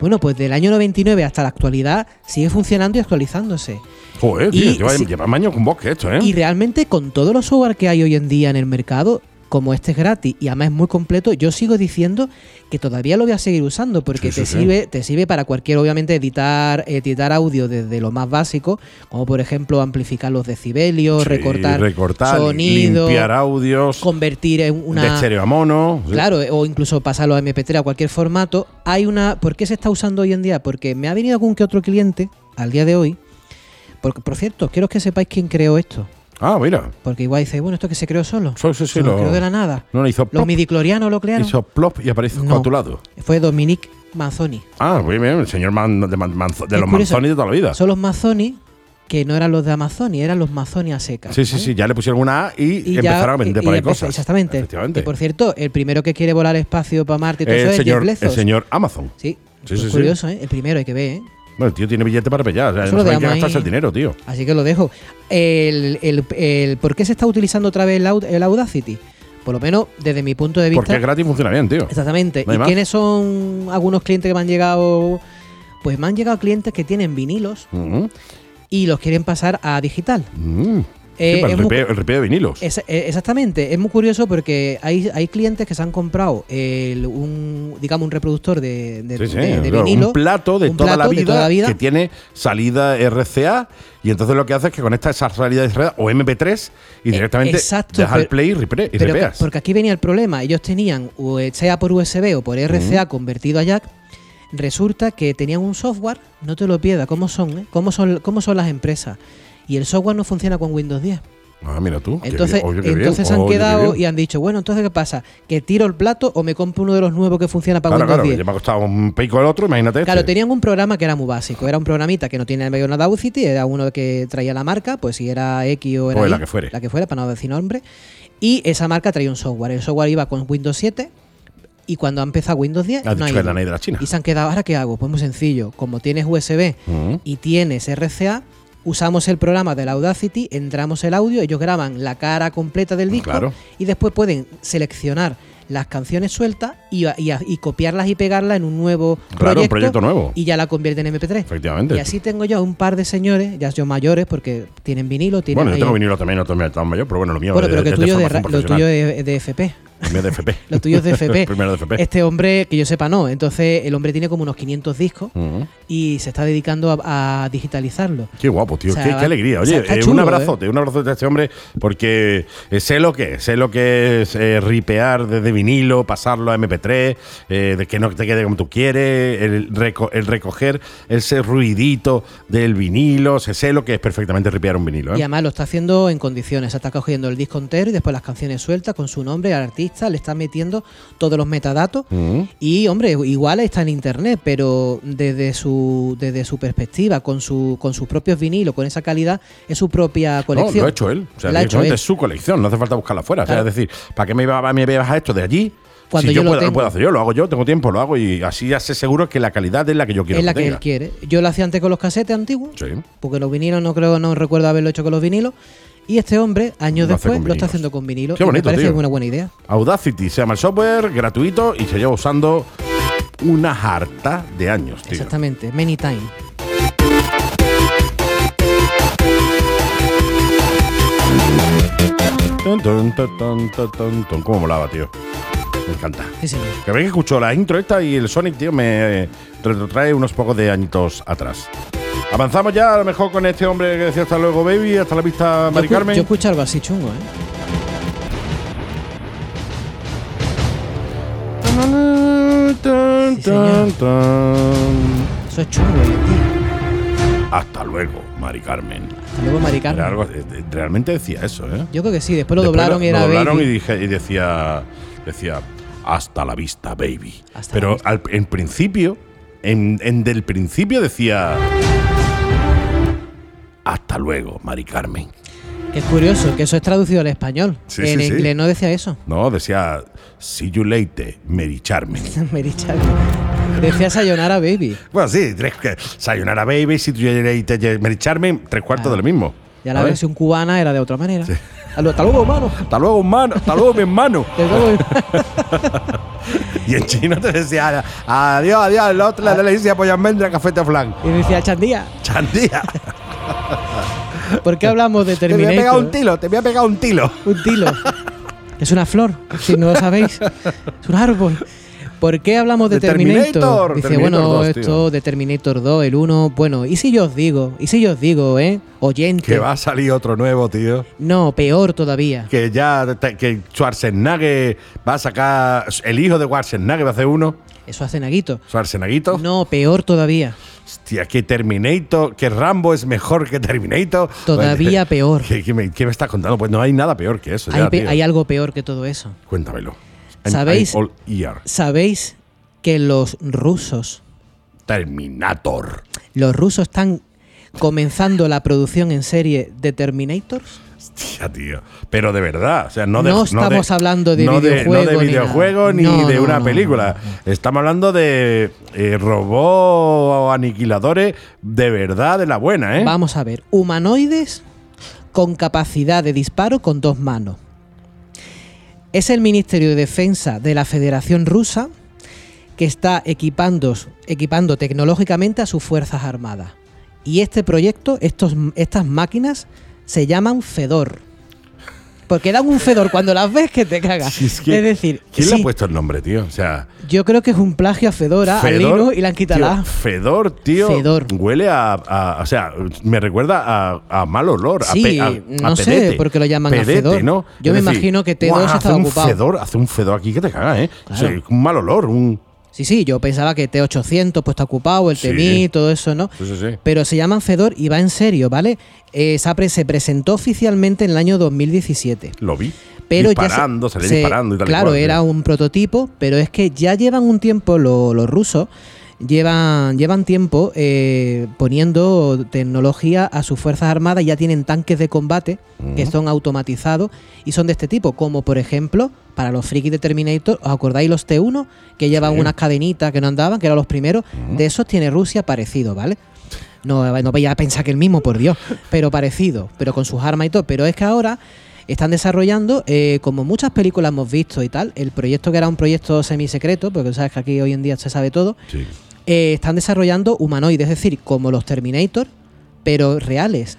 [SPEAKER 3] Bueno, pues del año 99 hasta la actualidad sigue funcionando y actualizándose.
[SPEAKER 2] ¿Eh? Joder,
[SPEAKER 3] Y
[SPEAKER 2] tío, lleva,
[SPEAKER 3] si-
[SPEAKER 2] lleva años con vos que esto, ¿eh?
[SPEAKER 3] Y realmente con todos los software que hay hoy en día en el mercado, como este es gratis y además es muy completo, yo sigo diciendo que todavía lo voy a seguir usando
[SPEAKER 2] Sí,
[SPEAKER 3] porque
[SPEAKER 2] sí,
[SPEAKER 3] te
[SPEAKER 2] sí.
[SPEAKER 3] sirve, te sirve para cualquier, obviamente, editar, editar audio desde lo más básico, como por ejemplo amplificar los decibelios,
[SPEAKER 2] Sí,
[SPEAKER 3] recortar,
[SPEAKER 2] recortar,
[SPEAKER 3] sonido,
[SPEAKER 2] limpiar audios,
[SPEAKER 3] convertir en una
[SPEAKER 2] de estéreo a mono. sí.
[SPEAKER 3] Claro, o incluso pasarlo a MP3 a cualquier formato. Hay una. ¿Por qué se está usando hoy en día? Porque me ha venido algún que otro cliente al día de hoy. Porque, por cierto, quiero que sepáis quién creó esto.
[SPEAKER 2] Ah, mira.
[SPEAKER 3] Porque igual dice, bueno, esto que se creó solo.
[SPEAKER 2] Sí, sí, sí,
[SPEAKER 3] Se lo,
[SPEAKER 2] lo-
[SPEAKER 3] creó de la nada.
[SPEAKER 2] No le hizo
[SPEAKER 3] Los
[SPEAKER 2] plop,
[SPEAKER 3] midiclorianos lo crearon.
[SPEAKER 2] hizo plop y apareció
[SPEAKER 3] No.
[SPEAKER 2] a tu lado.
[SPEAKER 3] Fue Dominique Mazzoni.
[SPEAKER 2] Ah, muy bien, el señor Man- de, Man- Manzo- de
[SPEAKER 3] Es
[SPEAKER 2] los
[SPEAKER 3] curioso.
[SPEAKER 2] Manzoni de toda la vida.
[SPEAKER 3] Son los Mazzoni que no eran los de Amazoni, eran los Mazzoni a secas.
[SPEAKER 2] Sí, sí, sí, ya le pusieron una A y,
[SPEAKER 3] ¿eh? Y ya-
[SPEAKER 2] empezaron a vender
[SPEAKER 3] y-
[SPEAKER 2] por
[SPEAKER 3] y
[SPEAKER 2] ahí
[SPEAKER 3] empezó-
[SPEAKER 2] cosas.
[SPEAKER 3] Exactamente.
[SPEAKER 2] Efectivamente.
[SPEAKER 3] Y por cierto, el primero que quiere volar espacio para Marte y todo eso
[SPEAKER 2] el,
[SPEAKER 3] es
[SPEAKER 2] señor,
[SPEAKER 3] Jeff
[SPEAKER 2] el
[SPEAKER 3] Bezos.
[SPEAKER 2] señor Amazon.
[SPEAKER 3] Sí,
[SPEAKER 2] Sí,
[SPEAKER 3] es
[SPEAKER 2] sí, sí.
[SPEAKER 3] curioso, ¿eh? El primero hay que ver, ¿eh?
[SPEAKER 2] No, el tío tiene billete para pellar. O sea,
[SPEAKER 3] Eso
[SPEAKER 2] no
[SPEAKER 3] lo
[SPEAKER 2] sabe en qué
[SPEAKER 3] dejamos ahí.
[SPEAKER 2] gastarse el dinero, tío.
[SPEAKER 3] Así que lo dejo. El, el- el- ¿Por qué se está utilizando otra vez el, Aud- el Audacity? Por lo menos desde mi punto de
[SPEAKER 2] Porque
[SPEAKER 3] vista.
[SPEAKER 2] es gratis y funciona bien, tío.
[SPEAKER 3] Exactamente.
[SPEAKER 2] No hay
[SPEAKER 3] ¿Y
[SPEAKER 2] más.
[SPEAKER 3] quiénes son algunos clientes que me han llegado? Pues me han llegado clientes que tienen vinilos
[SPEAKER 2] Mm,
[SPEAKER 3] y los quieren pasar a digital.
[SPEAKER 2] mm.
[SPEAKER 3] Eh,
[SPEAKER 2] Sí, para el,
[SPEAKER 3] es muy-
[SPEAKER 2] ripeo, el ripeo de vinilos.
[SPEAKER 3] Esa- eh, exactamente, es muy curioso porque hay, hay clientes que se han comprado el- un, digamos, un reproductor de, de,
[SPEAKER 2] Sí, sí,
[SPEAKER 3] Eh, de- de
[SPEAKER 2] claro,
[SPEAKER 3] vinilo.
[SPEAKER 2] un plato, de,
[SPEAKER 3] un
[SPEAKER 2] toda la
[SPEAKER 3] plato
[SPEAKER 2] vida
[SPEAKER 3] de toda la vida.
[SPEAKER 2] que tiene salida RCA y entonces lo que hace es que conecta esa salida RCA o MP3 y directamente
[SPEAKER 3] Eh, exacto,
[SPEAKER 2] deja el
[SPEAKER 3] pero-
[SPEAKER 2] play y, ripre- y
[SPEAKER 3] Pero que-
[SPEAKER 2] ripeas.
[SPEAKER 3] porque aquí venía el problema. Ellos tenían, o, eh, sea por USB o por RCA convertido a jack, resulta que tenían un software, no te lo pierdas, ¿cómo son? eh? ¿Cómo son, cómo son las empresas? Y el software no funciona con Windows 10.
[SPEAKER 2] Ah, mira tú. qué
[SPEAKER 3] Entonces,
[SPEAKER 2] bien, oye, qué bien,
[SPEAKER 3] entonces han
[SPEAKER 2] oye, qué
[SPEAKER 3] quedado
[SPEAKER 2] bien.
[SPEAKER 3] y han dicho, bueno, entonces ¿qué pasa? ¿Que tiro el plato o me compro uno de los nuevos que funciona para
[SPEAKER 2] Claro,
[SPEAKER 3] Windows
[SPEAKER 2] claro,
[SPEAKER 3] 10?
[SPEAKER 2] ya me ha costado un pico el otro, imagínate.
[SPEAKER 3] Claro,
[SPEAKER 2] este.
[SPEAKER 3] tenían un programa que era muy básico. Era un programita que no tenía medio nada Audacity, era uno que traía la marca, pues si era X o era
[SPEAKER 2] Pues la
[SPEAKER 3] Y,
[SPEAKER 2] que fuere.
[SPEAKER 3] La que fuera, para no decir nombre. Y esa marca traía un software. El software iba con Windows 7, Y cuando ha empezado Windows 10,
[SPEAKER 2] Has
[SPEAKER 3] no
[SPEAKER 2] dicho
[SPEAKER 3] hay
[SPEAKER 2] que
[SPEAKER 3] ido.
[SPEAKER 2] la ley Ah, de la China.
[SPEAKER 3] Y se han quedado, ¿ahora qué hago? Pues muy sencillo. Como tienes USB
[SPEAKER 2] Mm.
[SPEAKER 3] y tienes RCA, usamos el programa del Audacity, entramos el audio, ellos graban la cara completa del disco
[SPEAKER 2] Ah, Claro.
[SPEAKER 3] y después pueden seleccionar las canciones sueltas y, y- y copiarlas y pegarlas en un nuevo
[SPEAKER 2] Claro,
[SPEAKER 3] proyecto,
[SPEAKER 2] un proyecto nuevo.
[SPEAKER 3] y ya la convierten en MP3.
[SPEAKER 2] Efectivamente.
[SPEAKER 3] Y así tengo yo a un par de señores, ya son mayores porque tienen vinilo, tienen
[SPEAKER 2] Bueno, yo
[SPEAKER 3] ahí-
[SPEAKER 2] tengo vinilo también, no también tan mayor, pero bueno, lo mío
[SPEAKER 3] Bueno,
[SPEAKER 2] es
[SPEAKER 3] pero que
[SPEAKER 2] es
[SPEAKER 3] tuyo de, ra-
[SPEAKER 2] formación
[SPEAKER 3] lo tuyo
[SPEAKER 2] profesional.
[SPEAKER 3] es de FP.
[SPEAKER 2] Lo mío es de FP.
[SPEAKER 3] Lo tuyo
[SPEAKER 2] <laughs>
[SPEAKER 3] es de FP.
[SPEAKER 2] Primero de FP.
[SPEAKER 3] Este hombre, que yo sepa, no. Entonces, el hombre tiene como unos 500 discos
[SPEAKER 2] Ujú.
[SPEAKER 3] y se está dedicando a, a digitalizarlo.
[SPEAKER 2] Qué guapo, tío.
[SPEAKER 3] O sea,
[SPEAKER 2] qué,
[SPEAKER 3] va-
[SPEAKER 2] qué alegría.
[SPEAKER 3] o sea,
[SPEAKER 2] Oye,
[SPEAKER 3] está
[SPEAKER 2] eh, un
[SPEAKER 3] chulo,
[SPEAKER 2] abrazote, un abrazote a este hombre, porque eh, sé lo que es, sé lo que es eh, ripear desde vinilo, pasarlo a MP3, eh, de que no te quede como tú quieres, el, reco- el recoger ese ruidito del vinilo. sé- sé lo que es perfectamente ripear un vinilo. ¿eh?
[SPEAKER 3] Y además lo está haciendo en condiciones. Está cogiendo el disco entero y después las canciones sueltas con su nombre, al artista, le está metiendo todos los metadatos.
[SPEAKER 2] Mm.
[SPEAKER 3] Y, hombre, igual está en internet, pero desde su, desde su perspectiva, con, su, con sus propios vinilos, con esa calidad, es su propia colección.
[SPEAKER 2] No, lo ha hecho él. O sea,
[SPEAKER 3] La ha hecho
[SPEAKER 2] directamente
[SPEAKER 3] él.
[SPEAKER 2] es su colección, no hace falta buscarla afuera. O
[SPEAKER 3] Claro.
[SPEAKER 2] sea, es decir, ¿para qué me, iba, me ibas a esto de allí?
[SPEAKER 3] Cuando
[SPEAKER 2] si
[SPEAKER 3] yo
[SPEAKER 2] yo,
[SPEAKER 3] lo
[SPEAKER 2] puedo,
[SPEAKER 3] tengo.
[SPEAKER 2] puedo hacer yo, lo hago yo, tengo tiempo, lo hago y así ya sé seguro que la calidad es la que yo quiero.
[SPEAKER 3] es la que
[SPEAKER 2] tenga.
[SPEAKER 3] él quiere. Yo lo hacía antes con los casetes antiguos,
[SPEAKER 2] Sí.
[SPEAKER 3] porque los vinilos no creo, no recuerdo haberlo hecho con los vinilos. Y este hombre, años
[SPEAKER 2] Lo hace
[SPEAKER 3] después,
[SPEAKER 2] con
[SPEAKER 3] lo está
[SPEAKER 2] vinilos.
[SPEAKER 3] haciendo con vinilo.
[SPEAKER 2] Qué
[SPEAKER 3] y
[SPEAKER 2] bonito,
[SPEAKER 3] me parece
[SPEAKER 2] tío.
[SPEAKER 3] una buena idea.
[SPEAKER 2] Audacity se llama el software, gratuito y se lleva usando una harta de años, tío.
[SPEAKER 3] Exactamente. Many time.
[SPEAKER 2] Tun, tun, tun, tun, tun, tun, tun. Cómo molaba, tío. Me encanta.
[SPEAKER 3] Sí, señor.
[SPEAKER 2] Que veis que escucho la intro esta y el Sonic, tío, me eh, retrotrae unos pocos de añitos atrás. Avanzamos ya, a lo mejor con este hombre que decía hasta luego, baby, hasta la vista, Mari
[SPEAKER 3] yo, escu-
[SPEAKER 2] Carmen.
[SPEAKER 3] yo escucho algo así chungo, ¿eh?
[SPEAKER 2] Tun, tun,
[SPEAKER 3] señor.
[SPEAKER 2] tun.
[SPEAKER 3] Eso es chungo, ¿eh? tío.
[SPEAKER 2] Hasta luego, Mari Carmen.
[SPEAKER 3] Hasta luego, maricano.
[SPEAKER 2] Era algo- eh, eh, realmente decía eso, ¿eh?
[SPEAKER 3] Yo creo que sí. Después lo
[SPEAKER 2] Después
[SPEAKER 3] doblaron
[SPEAKER 2] lo
[SPEAKER 3] y era
[SPEAKER 2] doblaron
[SPEAKER 3] baby.
[SPEAKER 2] y, dije- y decía, decía, hasta la vista, baby.
[SPEAKER 3] Hasta la
[SPEAKER 2] Pero
[SPEAKER 3] vista.
[SPEAKER 2] al- en principio, en, en del principio decía, hasta luego, Mari Carmen.
[SPEAKER 3] Que es curioso, que eso es traducido al español.
[SPEAKER 2] Sí,
[SPEAKER 3] en
[SPEAKER 2] sí, sí.
[SPEAKER 3] inglés no decía eso.
[SPEAKER 2] No, decía, see you later, Mary
[SPEAKER 3] <laughs>
[SPEAKER 2] Carmen.
[SPEAKER 3] Mary Charles. decía Sayonara Baby.
[SPEAKER 2] bueno, sí, tres, que, sayonara, baby, see you later, Mary Carmen, tres cuartos
[SPEAKER 3] Ah.
[SPEAKER 2] de lo mismo.
[SPEAKER 3] Ya la
[SPEAKER 2] ¿Sabes?
[SPEAKER 3] versión cubana era de otra manera. Hasta luego, hermano.
[SPEAKER 2] Hasta luego, hermano. Hasta luego, mi hermano. <laughs>
[SPEAKER 3] Hasta luego.
[SPEAKER 2] Y en chino te decía, adiós, adiós, el otro, la delicia, pollo almendra, café de flan.
[SPEAKER 3] <laughs> Y decía Chandía.
[SPEAKER 2] Chandía.
[SPEAKER 3] ¿Por qué hablamos de Terminator?
[SPEAKER 2] tilo, te voy a pegar un tilo.
[SPEAKER 3] Un tilo. Es una flor, si no lo sabéis. Es un árbol. ¿Por qué hablamos de,
[SPEAKER 2] De
[SPEAKER 3] Terminator?
[SPEAKER 2] Terminator,
[SPEAKER 3] Dice,
[SPEAKER 2] Terminator
[SPEAKER 3] bueno,
[SPEAKER 2] 2, tío.
[SPEAKER 3] esto de Terminator 2, el 1. Bueno, ¿y si yo os digo? ¿Y si yo os digo, eh? Oyente.
[SPEAKER 2] Que va a salir otro nuevo, tío.
[SPEAKER 3] No, peor todavía.
[SPEAKER 2] Que ya, te- que Schwarzenegger va a sacar, el hijo de Schwarzenegger va a hacer uno.
[SPEAKER 3] Eso hace Naguito.
[SPEAKER 2] Schwarzeneguito.
[SPEAKER 3] No, peor todavía.
[SPEAKER 2] Hostia, que Terminator, que Rambo es mejor que Terminator. <laughs>
[SPEAKER 3] Todavía
[SPEAKER 2] Oye,
[SPEAKER 3] peor.
[SPEAKER 2] ¿Qué, qué me, qué me estás contando? Pues no hay nada peor que eso.
[SPEAKER 3] Hay,
[SPEAKER 2] ya,
[SPEAKER 3] pe-
[SPEAKER 2] tío.
[SPEAKER 3] hay algo peor que todo eso.
[SPEAKER 2] Cuéntamelo.
[SPEAKER 3] ¿Sabéis?
[SPEAKER 2] I'm all ear.
[SPEAKER 3] ¿Sabéis que los rusos,
[SPEAKER 2] Terminator.
[SPEAKER 3] los rusos están comenzando la producción en serie de Terminators?
[SPEAKER 2] Hostia, tío. Pero de verdad. O sea, no, de-
[SPEAKER 3] No estamos hablando de
[SPEAKER 2] no
[SPEAKER 3] videojuego
[SPEAKER 2] No de
[SPEAKER 3] ni nada.
[SPEAKER 2] videojuego ni,
[SPEAKER 3] No,
[SPEAKER 2] de
[SPEAKER 3] no,
[SPEAKER 2] una
[SPEAKER 3] no,
[SPEAKER 2] película. Estamos hablando de eh, robots aniquiladores de verdad, de la buena, ¿eh?
[SPEAKER 3] Vamos a ver, humanoides con capacidad de disparo con dos manos. Es el Ministerio de Defensa de la Federación Rusa que está equipando, equipando tecnológicamente a sus Fuerzas Armadas. Y este proyecto, estos, estas máquinas, se llaman Fedor. Porque dan un Fedor cuando las ves que te cagas.
[SPEAKER 2] Si
[SPEAKER 3] es,
[SPEAKER 2] es que-
[SPEAKER 3] decir,
[SPEAKER 2] ¿Quién le
[SPEAKER 3] sí,
[SPEAKER 2] ha puesto el nombre, tío? O sea.
[SPEAKER 3] yo creo que es un plagio a Fedora, a Linux y la han quitado
[SPEAKER 2] tío,
[SPEAKER 3] la A.
[SPEAKER 2] Fedor, tío.
[SPEAKER 3] Fedor.
[SPEAKER 2] Huele a, a- O sea, me recuerda a, a mal olor. a
[SPEAKER 3] Sí,
[SPEAKER 2] pe- a,
[SPEAKER 3] no sé por qué lo llaman a fedor.
[SPEAKER 2] ¿no?
[SPEAKER 3] Yo me imagino que T2
[SPEAKER 2] "Guau,
[SPEAKER 3] estaba
[SPEAKER 2] hace un
[SPEAKER 3] ocupado".
[SPEAKER 2] Fedor, hace un fedor aquí que te caga, ¿eh? O sea,
[SPEAKER 3] Claro.
[SPEAKER 2] un mal olor, un.
[SPEAKER 3] Sí, sí, yo pensaba que T800 pues está ocupado, el
[SPEAKER 2] Sí.
[SPEAKER 3] TMI, todo eso, ¿no?
[SPEAKER 2] Sí, sí, sí.
[SPEAKER 3] Pero se llaman Fedor y va en serio, ¿vale? Eh, Sapre se presentó oficialmente en el año 2017.
[SPEAKER 2] Lo vi.
[SPEAKER 3] Pero ya
[SPEAKER 2] disparando, salía disparando y tal. y
[SPEAKER 3] Claro,
[SPEAKER 2] cual,
[SPEAKER 3] era
[SPEAKER 2] tío.
[SPEAKER 3] un prototipo, pero es que ya llevan un tiempo lo- los rusos llevan, llevan tiempo eh, poniendo tecnología a sus Fuerzas Armadas, ya tienen tanques de combate que son automatizados y son de este tipo, como por ejemplo, para los frikis de Terminator, ¿os acordáis los T1 que llevaban unas cadenitas que no andaban, que eran los primeros? De esos tiene Rusia parecido, ¿vale? No, no vaya a pensar que el mismo, por Dios, pero parecido, pero con sus armas y todo. Pero es que ahora están desarrollando, eh, como muchas películas hemos visto y tal, el proyecto que era un proyecto semisecreto, porque sabes que aquí hoy en día se sabe todo,
[SPEAKER 2] Sí.
[SPEAKER 3] eh, están desarrollando humanoides, es decir, como los Terminator, pero reales.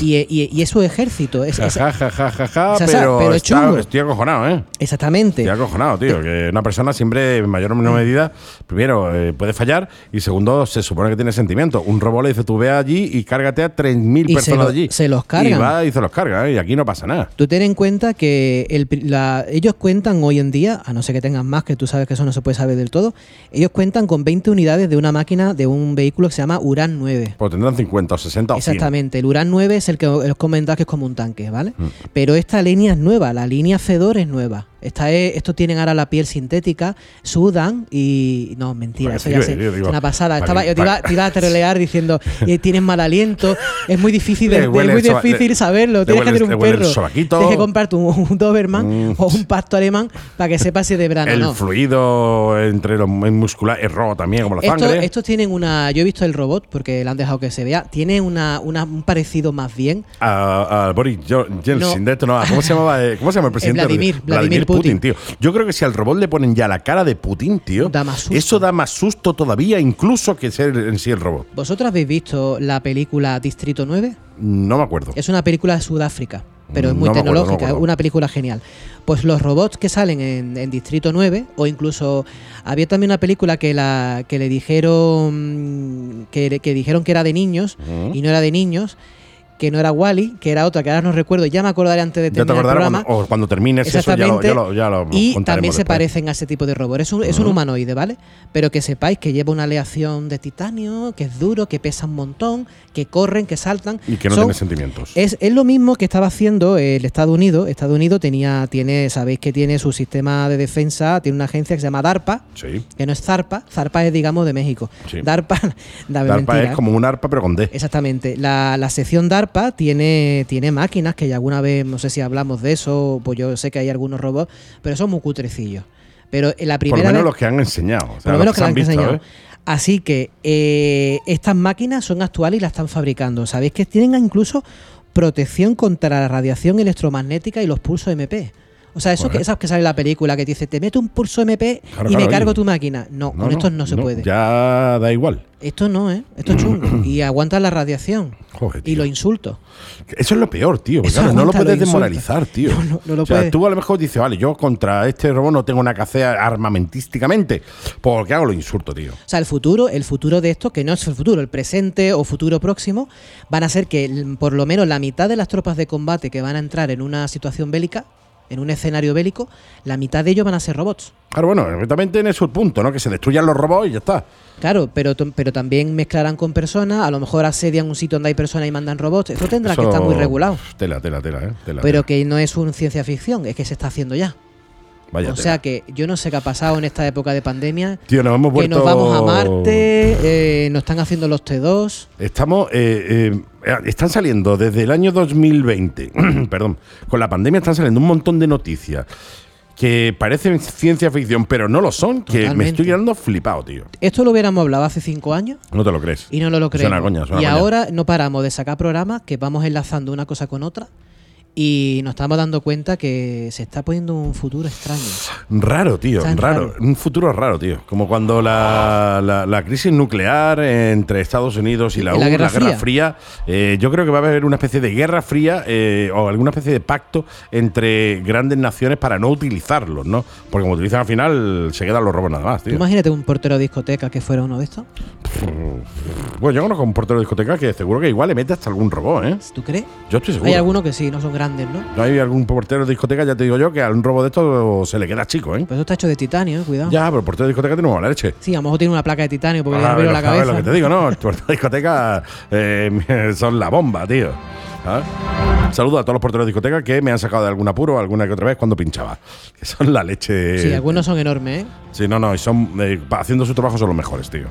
[SPEAKER 3] Y, eh, y- y es su ejército. Es,
[SPEAKER 2] Ja,
[SPEAKER 3] es-
[SPEAKER 2] ja, ja, ja, ja, ja,
[SPEAKER 3] o sea,
[SPEAKER 2] pero,
[SPEAKER 3] pero
[SPEAKER 2] está-
[SPEAKER 3] chungo. eh.
[SPEAKER 2] estoy acojonado, ¿eh?
[SPEAKER 3] exactamente.
[SPEAKER 2] Estoy acojonado, tío. Que una persona siempre, en mayor o
[SPEAKER 3] Mm.
[SPEAKER 2] menor medida, primero, eh, puede fallar y segundo, se supone que tiene sentimiento. Un robot le dice, tú ve allí y cárgate a 3.000
[SPEAKER 3] Y se
[SPEAKER 2] personas
[SPEAKER 3] lo-
[SPEAKER 2] allí.
[SPEAKER 3] se los cargan.
[SPEAKER 2] Y va y se los carga, ¿eh? y aquí no pasa nada.
[SPEAKER 3] Tú ten en cuenta que el pri- la- ellos cuentan hoy en día, a no ser que tengan más, que tú sabes que eso no se puede saber del todo, ellos cuentan con 20 unidades de una máquina de un vehículo que se llama Uran 9.
[SPEAKER 2] Pues tendrán 50 o 60 o 100.
[SPEAKER 3] Exactamente, el Uran 9 es el que os comentaba que es como un tanque, ¿vale?
[SPEAKER 2] Mm.
[SPEAKER 3] Pero esta línea es nueva, la línea Fedor es nueva. Esta es, estos tienen ahora la piel sintética, sudan y. No, mentira,
[SPEAKER 2] Vale,
[SPEAKER 3] eso
[SPEAKER 2] sí,
[SPEAKER 3] ya
[SPEAKER 2] yo-
[SPEAKER 3] sé.
[SPEAKER 2] yo digo,
[SPEAKER 3] es una pasada.
[SPEAKER 2] vale,
[SPEAKER 3] Estaba, yo te, iba,
[SPEAKER 2] vale.
[SPEAKER 3] te iba a
[SPEAKER 2] <laughs>
[SPEAKER 3] trolear diciendo, "Eh, tienes mal aliento, es muy difícil, de-
[SPEAKER 2] Le
[SPEAKER 3] de-
[SPEAKER 2] huele
[SPEAKER 3] es muy
[SPEAKER 2] el soba-
[SPEAKER 3] difícil
[SPEAKER 2] le-
[SPEAKER 3] saberlo.
[SPEAKER 2] le
[SPEAKER 3] Tienes que
[SPEAKER 2] huele-
[SPEAKER 3] tener un
[SPEAKER 2] le huele el
[SPEAKER 3] perro.
[SPEAKER 2] sobaquito. Mm.
[SPEAKER 3] Tienes que comprarte un, un Doberman o un pasto alemán para que sepas si es de verano.
[SPEAKER 2] El
[SPEAKER 3] Ah, no.
[SPEAKER 2] fluido entre los musculares es rojo también, como la
[SPEAKER 3] Esto-
[SPEAKER 2] sangre.
[SPEAKER 3] estos tienen una. Yo he visto el robot porque le han dejado que se vea. Tiene una, una- un parecido más bien
[SPEAKER 2] a, a Boris Jo- Yeltsin,
[SPEAKER 3] No.
[SPEAKER 2] de esto no, ¿cómo se llamaba? eh? ¿Cómo se llama el presidente?
[SPEAKER 3] Vladimir, Vladimir
[SPEAKER 2] Putin.
[SPEAKER 3] Putin.
[SPEAKER 2] tío. Yo creo que si al robot le ponen ya la cara de Putin, tío,
[SPEAKER 3] Da más susto.
[SPEAKER 2] eso da más susto todavía, incluso que ser en sí el robot.
[SPEAKER 3] ¿Vosotros habéis visto la película Distrito 9?
[SPEAKER 2] No me acuerdo.
[SPEAKER 3] Es una película de Sudáfrica, pero es muy
[SPEAKER 2] No me acuerdo, no me
[SPEAKER 3] tecnológica, es
[SPEAKER 2] acuerdo.
[SPEAKER 3] una película genial. Pues los robots que salen en, en Distrito 9, o incluso había también una película que la que le dijeron que, le- que dijeron que era de niños y no era de niños, que no era Wally, que era otra, que ahora no recuerdo, ya me acordaré antes de
[SPEAKER 2] ya te
[SPEAKER 3] terminar el
[SPEAKER 2] acordarás
[SPEAKER 3] programa.
[SPEAKER 2] cuando, o cuando termines eso, ya lo,
[SPEAKER 3] Exactamente.
[SPEAKER 2] ya lo, ya lo
[SPEAKER 3] y
[SPEAKER 2] contaremos
[SPEAKER 3] también se
[SPEAKER 2] después.
[SPEAKER 3] parecen a ese tipo de robot. Es un, es un humanoide, ¿vale? Pero que sepáis que lleva una aleación de titanio, que es duro, que pesa un montón, que corren, que saltan.
[SPEAKER 2] Y que no
[SPEAKER 3] Son-
[SPEAKER 2] tiene sentimientos.
[SPEAKER 3] es, es lo mismo que estaba haciendo el Estados Unidos. Estados Unidos tenía, tiene, sabéis que tiene su sistema de defensa, tiene una agencia que se llama DARPA,
[SPEAKER 2] sí.
[SPEAKER 3] que no es ZARPA, ZARPA es digamos de México.
[SPEAKER 2] Sí.
[SPEAKER 3] DARPA, <laughs> dame
[SPEAKER 2] DARPA
[SPEAKER 3] mentira,
[SPEAKER 2] es
[SPEAKER 3] ¿eh?
[SPEAKER 2] como un arpa, pero con D.
[SPEAKER 3] Exactamente. La, la sección DARPA tiene, tiene máquinas que ya alguna vez, no sé si hablamos de eso, pues yo sé que hay algunos robots, pero son muy cutrecillos. Pero en la
[SPEAKER 2] Por lo
[SPEAKER 3] primera
[SPEAKER 2] menos
[SPEAKER 3] vez-
[SPEAKER 2] los que han enseñado. o sea,
[SPEAKER 3] por lo menos
[SPEAKER 2] los
[SPEAKER 3] que la han
[SPEAKER 2] se han visto,
[SPEAKER 3] enseñado.
[SPEAKER 2] ¿eh?
[SPEAKER 3] Así que eh, estas máquinas son actuales y las están fabricando. Sabéis que tienen incluso protección contra la radiación electromagnética y los pulsos MP. O sea, eso
[SPEAKER 2] Joder.
[SPEAKER 3] que, esas que sale en la película que te dice, te meto un pulso MP
[SPEAKER 2] Claro,
[SPEAKER 3] y
[SPEAKER 2] claro,
[SPEAKER 3] me
[SPEAKER 2] oye.
[SPEAKER 3] cargo tu máquina. No, con estos no se puede.
[SPEAKER 2] Ya da igual.
[SPEAKER 3] Esto no, ¿eh? Esto es
[SPEAKER 2] <clears throat>
[SPEAKER 3] chungo. y aguanta la radiación.
[SPEAKER 2] Joder,
[SPEAKER 3] y
[SPEAKER 2] tío.
[SPEAKER 3] lo insulto.
[SPEAKER 2] Eso es lo peor, tío. porque
[SPEAKER 3] Eso
[SPEAKER 2] claro, no lo
[SPEAKER 3] aguanta, lo
[SPEAKER 2] puedes
[SPEAKER 3] insulta.
[SPEAKER 2] desmoralizar, tío.
[SPEAKER 3] No, no, no lo
[SPEAKER 2] o sea,
[SPEAKER 3] puedes.
[SPEAKER 2] tú a lo mejor dices, vale, yo contra este robot no tengo nada que hacer armamentísticamente. Porque hago lo insulto, tío.
[SPEAKER 3] O sea, el futuro, el futuro de esto, que no es el futuro, el presente o futuro próximo, van a ser que el- por lo menos la mitad de las tropas de combate que van a entrar en una situación bélica, en un escenario bélico, la mitad de ellos van a ser robots.
[SPEAKER 2] Claro, bueno, exactamente en eso el punto, ¿no? Que se destruyan los robots y ya está.
[SPEAKER 3] Claro, pero, to- pero también mezclarán con personas, a lo mejor asedian un sitio donde hay personas y mandan robots. Esto tendrá que
[SPEAKER 2] Eso-
[SPEAKER 3] estar muy regulado.
[SPEAKER 2] Tela, tela, tela, ¿eh? Tela,
[SPEAKER 3] Pero
[SPEAKER 2] tela.
[SPEAKER 3] que no es un ciencia ficción, es que se está haciendo ya.
[SPEAKER 2] Vaya
[SPEAKER 3] o
[SPEAKER 2] tela.
[SPEAKER 3] sea que yo no sé qué ha pasado en esta época de pandemia.
[SPEAKER 2] Tío, nos hemos
[SPEAKER 3] que nos
[SPEAKER 2] vuelto-
[SPEAKER 3] vamos a Marte, eh, nos están haciendo los T2.
[SPEAKER 2] Estamos. eh, eh, están saliendo desde el año 2020, <clears throat> perdón, con la pandemia están saliendo un montón de noticias que parecen ciencia ficción, pero no lo son, que me
[SPEAKER 3] Totalmente.
[SPEAKER 2] estoy quedando flipado, tío.
[SPEAKER 3] Esto lo hubiéramos hablado hace cinco años
[SPEAKER 2] No te lo crees.
[SPEAKER 3] y no lo, lo
[SPEAKER 2] Suena
[SPEAKER 3] creemos.
[SPEAKER 2] coña, suena
[SPEAKER 3] y
[SPEAKER 2] coña.
[SPEAKER 3] ahora no paramos de sacar programas que vamos enlazando una cosa con otra y nos estamos dando cuenta que se está poniendo un futuro extraño.
[SPEAKER 2] Raro, tío,
[SPEAKER 3] Tan
[SPEAKER 2] raro.
[SPEAKER 3] raro.
[SPEAKER 2] Un futuro raro, tío. Como cuando la, la- la crisis nuclear entre Estados Unidos y la,
[SPEAKER 3] La
[SPEAKER 2] UN,
[SPEAKER 3] Guerra
[SPEAKER 2] la Guerra Fría, eh, yo creo que va a haber una especie de Guerra Fría eh, o alguna especie de pacto entre grandes naciones para no utilizarlos, ¿no? Porque como utilizan al final, se quedan los robos nada más,
[SPEAKER 3] Tú
[SPEAKER 2] tío.
[SPEAKER 3] imagínate un portero de discoteca que fuera uno de estos.
[SPEAKER 2] Bueno, yo conozco un portero de discoteca que seguro que igual le mete hasta algún robot, ¿eh?
[SPEAKER 3] ¿Tú crees?
[SPEAKER 2] Yo estoy seguro.
[SPEAKER 3] Hay algunos que sí, no son grandes, ¿no?
[SPEAKER 2] No hay algún portero de discoteca, ya te digo yo, que a un robo de estos se le queda chico, ¿eh?
[SPEAKER 3] Pero esto está hecho de titanio, eh, cuidado.
[SPEAKER 2] Ya, pero el portero de discoteca tiene una mala leche.
[SPEAKER 3] Sí, a lo mejor tiene una placa de titanio porque
[SPEAKER 2] Ah,
[SPEAKER 3] le abrieron
[SPEAKER 2] pero,
[SPEAKER 3] la
[SPEAKER 2] a ver, <laughs>
[SPEAKER 3] cabeza.
[SPEAKER 2] lo que te digo, no, el puerto de discoteca eh, son la bomba, tío. ¿Ah? Saludo a todos los porteros de discoteca que me han sacado de algún apuro alguna que otra vez cuando pinchaba. Que son la leche.
[SPEAKER 3] Sí, algunos son enormes, ¿eh?
[SPEAKER 2] Sí, no, no, y son eh, pa- haciendo su trabajo son los mejores, tío.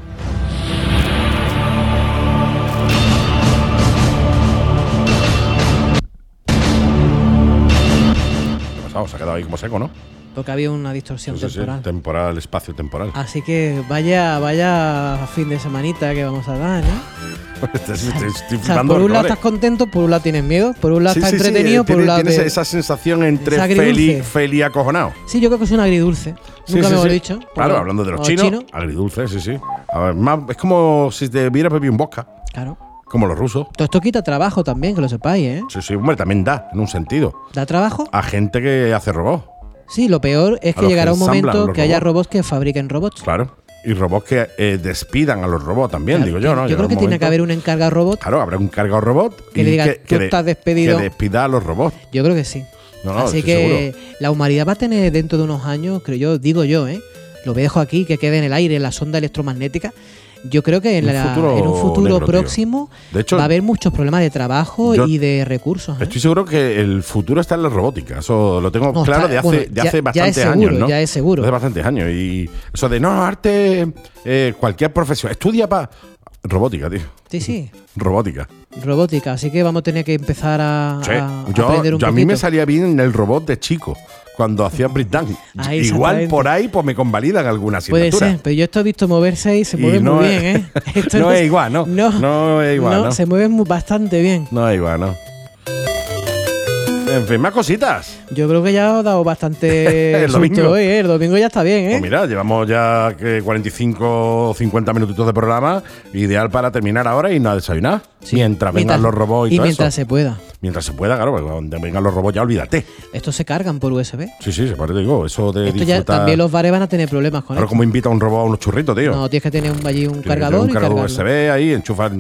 [SPEAKER 2] ¿Qué ha pasado? Se ha quedado ahí como seco, ¿no?
[SPEAKER 3] Porque había una distorsión
[SPEAKER 2] Sí, sí, sí.
[SPEAKER 3] temporal. Ah.
[SPEAKER 2] Temporal, espacio temporal.
[SPEAKER 3] Así que vaya, vaya fin de semanita que vamos a dar, ¿eh?
[SPEAKER 2] <laughs> Estoy- estoy- estoy
[SPEAKER 3] O sea,
[SPEAKER 2] flipando
[SPEAKER 3] por un lado
[SPEAKER 2] horrores.
[SPEAKER 3] estás contento, por un lado tienes miedo, por un lado
[SPEAKER 2] Sí,
[SPEAKER 3] estás
[SPEAKER 2] sí, sí,
[SPEAKER 3] entretenido, por
[SPEAKER 2] tiene-
[SPEAKER 3] un lado.
[SPEAKER 2] tiene
[SPEAKER 3] te-
[SPEAKER 2] esa sensación entre
[SPEAKER 3] Es agridulce.
[SPEAKER 2] feliz, feliz y acojonado.
[SPEAKER 3] Sí, yo creo que es un agridulce.
[SPEAKER 2] Sí,
[SPEAKER 3] Nunca
[SPEAKER 2] sí,
[SPEAKER 3] me lo
[SPEAKER 2] sí.
[SPEAKER 3] he dicho.
[SPEAKER 2] Claro,
[SPEAKER 3] Porque-
[SPEAKER 2] hablando de los
[SPEAKER 3] o
[SPEAKER 2] chinos, Agridulce, sí, sí. A ver, más- es como si te vieras beber un vodka,
[SPEAKER 3] Claro.
[SPEAKER 2] como los rusos.
[SPEAKER 3] Todo esto quita trabajo también, que lo sepáis, ¿eh?
[SPEAKER 2] Sí, sí, hombre, también da, en un sentido.
[SPEAKER 3] ¿Da trabajo?
[SPEAKER 2] A gente que hace robots,
[SPEAKER 3] Sí, lo peor es
[SPEAKER 2] Ah. A los
[SPEAKER 3] que llegará
[SPEAKER 2] que
[SPEAKER 3] un
[SPEAKER 2] ensamblan
[SPEAKER 3] momento que
[SPEAKER 2] los
[SPEAKER 3] haya
[SPEAKER 2] robots.
[SPEAKER 3] robots que fabriquen robots.
[SPEAKER 2] claro. Y robots que eh, despidan a los robots también, digo yo, ¿no?
[SPEAKER 3] Yo creo que tiene que haber un encarga robot.
[SPEAKER 2] Claro, habrá un cargado robot
[SPEAKER 3] Que le diga, "Tú
[SPEAKER 2] de-
[SPEAKER 3] estás despedido".
[SPEAKER 2] que despida a los robots.
[SPEAKER 3] Yo creo que sí.
[SPEAKER 2] No, no,
[SPEAKER 3] Así
[SPEAKER 2] estoy
[SPEAKER 3] que la humanidad va a tener dentro de unos años, creo yo, digo yo, ¿eh? Lo dejo aquí, que quede en el aire, en la sonda electromagnética. Yo creo que en,
[SPEAKER 2] Un
[SPEAKER 3] la-
[SPEAKER 2] futuro
[SPEAKER 3] en un futuro
[SPEAKER 2] negro, tío.
[SPEAKER 3] próximo
[SPEAKER 2] De hecho,
[SPEAKER 3] va a haber muchos problemas de trabajo
[SPEAKER 2] yo-
[SPEAKER 3] y de recursos. ¿eh?
[SPEAKER 2] Estoy seguro que el futuro está en la robótica. Eso lo tengo
[SPEAKER 3] No,
[SPEAKER 2] claro
[SPEAKER 3] está-
[SPEAKER 2] de hace,
[SPEAKER 3] bueno,
[SPEAKER 2] de
[SPEAKER 3] ya-
[SPEAKER 2] hace
[SPEAKER 3] ya es
[SPEAKER 2] bastantes
[SPEAKER 3] seguro,
[SPEAKER 2] años, ¿no?
[SPEAKER 3] ya es seguro.
[SPEAKER 2] Hace bastantes años. Y eso de no, arte, eh, cualquier profesión. Estudia para. Robótica, tío.
[SPEAKER 3] Sí, sí,
[SPEAKER 2] Robótica.
[SPEAKER 3] robótica. Así que vamos a tener que empezar a,
[SPEAKER 2] Sí.
[SPEAKER 3] a
[SPEAKER 2] Yo,
[SPEAKER 3] Ah, aprender un
[SPEAKER 2] yo a mí
[SPEAKER 3] poquito.
[SPEAKER 2] me salía bien el robot de chico, cuando hacía Britán.
[SPEAKER 3] Ah,
[SPEAKER 2] Igual
[SPEAKER 3] exactamente.
[SPEAKER 2] por ahí, pues me convalidan alguna
[SPEAKER 3] Puede
[SPEAKER 2] asignatura.
[SPEAKER 3] ser, pero yo esto he visto moverse y se
[SPEAKER 2] Y <laughs>
[SPEAKER 3] mueve
[SPEAKER 2] no
[SPEAKER 3] muy
[SPEAKER 2] es-
[SPEAKER 3] bien, ¿eh? Esto
[SPEAKER 2] no es igual, ¿no?
[SPEAKER 3] No,
[SPEAKER 2] No es igual, ¿no?
[SPEAKER 3] se mueve mu- bastante bien.
[SPEAKER 2] No, igual, no. En fin, más cositas.
[SPEAKER 3] Yo creo que ya he dado
[SPEAKER 2] <laughs>
[SPEAKER 3] bastante
[SPEAKER 2] El
[SPEAKER 3] susto
[SPEAKER 2] domingo.
[SPEAKER 3] hoy, ¿eh? El domingo ya está bien, ¿eh?
[SPEAKER 2] Pues mira, llevamos ya que 45 o 50 minutitos de programa, ideal para terminar ahora y no desayunar.
[SPEAKER 3] Sí.
[SPEAKER 2] Mientras vengan los robots y, todo
[SPEAKER 3] mientras
[SPEAKER 2] eso.
[SPEAKER 3] se pueda.
[SPEAKER 2] Mientras se pueda, claro, porque cuando vengan los robots ya olvídate.
[SPEAKER 3] Estos se cargan por USB.
[SPEAKER 2] Sí, sí, se parece, digo, eso de
[SPEAKER 3] Esto ya
[SPEAKER 2] disfrutar.
[SPEAKER 3] también los bares van a tener problemas con
[SPEAKER 2] Pero
[SPEAKER 3] esto.
[SPEAKER 2] como invita a un robot a unos churritos, tío.
[SPEAKER 3] No, tienes que tener un, allí un
[SPEAKER 2] Tiene que tener
[SPEAKER 3] cargador
[SPEAKER 2] un
[SPEAKER 3] y
[SPEAKER 2] cargador
[SPEAKER 3] cargarlo.
[SPEAKER 2] USB ahí, enchufa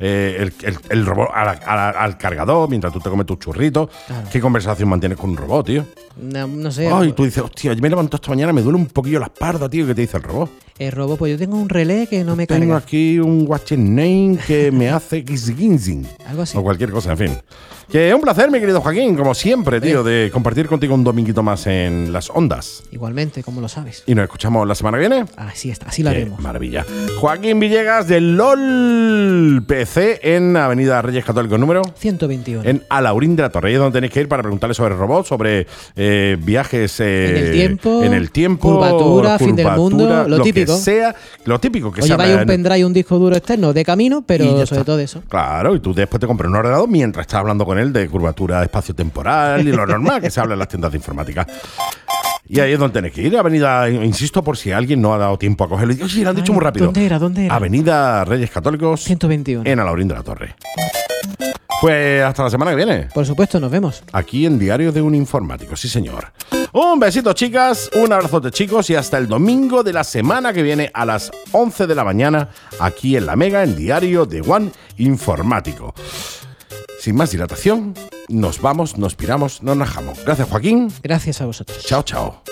[SPEAKER 2] eh, el, el- el robot a la- a la- al cargador mientras tú te comes tus churritos.
[SPEAKER 3] Claro.
[SPEAKER 2] ¿Qué conversación mantienes con un robot, tío?
[SPEAKER 3] No, no sé.
[SPEAKER 2] Ay, tú dices, hostia, yo me he levantado esta mañana, me duele un poquillo la espalda, tío, ¿qué te dice el robot?
[SPEAKER 3] El robot, pues yo tengo un relé que no me carga.
[SPEAKER 2] Tengo aquí un watching name que me hace gisginzin.
[SPEAKER 3] <laughs> Algo así.
[SPEAKER 2] O cualquier cosa, en fin. Que es un placer, mi querido Joaquín, como siempre, tío, de compartir contigo un dominguito más en las ondas.
[SPEAKER 3] Igualmente, como lo sabes.
[SPEAKER 2] Y nos escuchamos la semana que viene.
[SPEAKER 3] Así está, así lo
[SPEAKER 2] Qué
[SPEAKER 3] haremos.
[SPEAKER 2] maravilla. Joaquín Villegas de LOL PC en Avenida Reyes Católicos número
[SPEAKER 3] 121.
[SPEAKER 2] en Alaurín de la Torre. Ahí es donde tenéis que ir para preguntarle sobre robots, sobre eh, viajes eh,
[SPEAKER 3] En el tiempo,
[SPEAKER 2] en el tiempo,
[SPEAKER 3] curvatura, fin del mundo,
[SPEAKER 2] curvatura,
[SPEAKER 3] lo típico.
[SPEAKER 2] Que sea, lo típico que
[SPEAKER 3] o
[SPEAKER 2] sea.
[SPEAKER 3] lleváis un
[SPEAKER 2] en-
[SPEAKER 3] pendrive, un disco duro externo de camino, pero
[SPEAKER 2] y ya
[SPEAKER 3] sobre
[SPEAKER 2] está.
[SPEAKER 3] todo eso.
[SPEAKER 2] Claro, y tú después te compras un ordenador mientras estás hablando con él de curvatura espacio-temporal y lo normal que se habla en las tiendas de informática. Y ahí es donde tenéis que ir. Avenida, insisto, por si alguien no ha dado tiempo a cogerlo. Y, Oye, lo han dicho
[SPEAKER 3] Ay,
[SPEAKER 2] muy rápido.
[SPEAKER 3] ¿Dónde era? ¿Dónde era?
[SPEAKER 2] Avenida Reyes Católicos
[SPEAKER 3] 121.
[SPEAKER 2] en Alaurín de la Torre. Pues hasta la semana que viene.
[SPEAKER 3] Por supuesto, nos vemos.
[SPEAKER 2] Aquí en Diario de un Informático, sí señor. Un besito chicas, un abrazote chicos y hasta el domingo de la semana que viene a las 11 de la mañana aquí en La Mega en Diario de One Informático. Sin más dilatación, nos vamos, nos piramos, nos najamos. Gracias Joaquín,
[SPEAKER 3] Gracias a vosotros.
[SPEAKER 2] chao chao.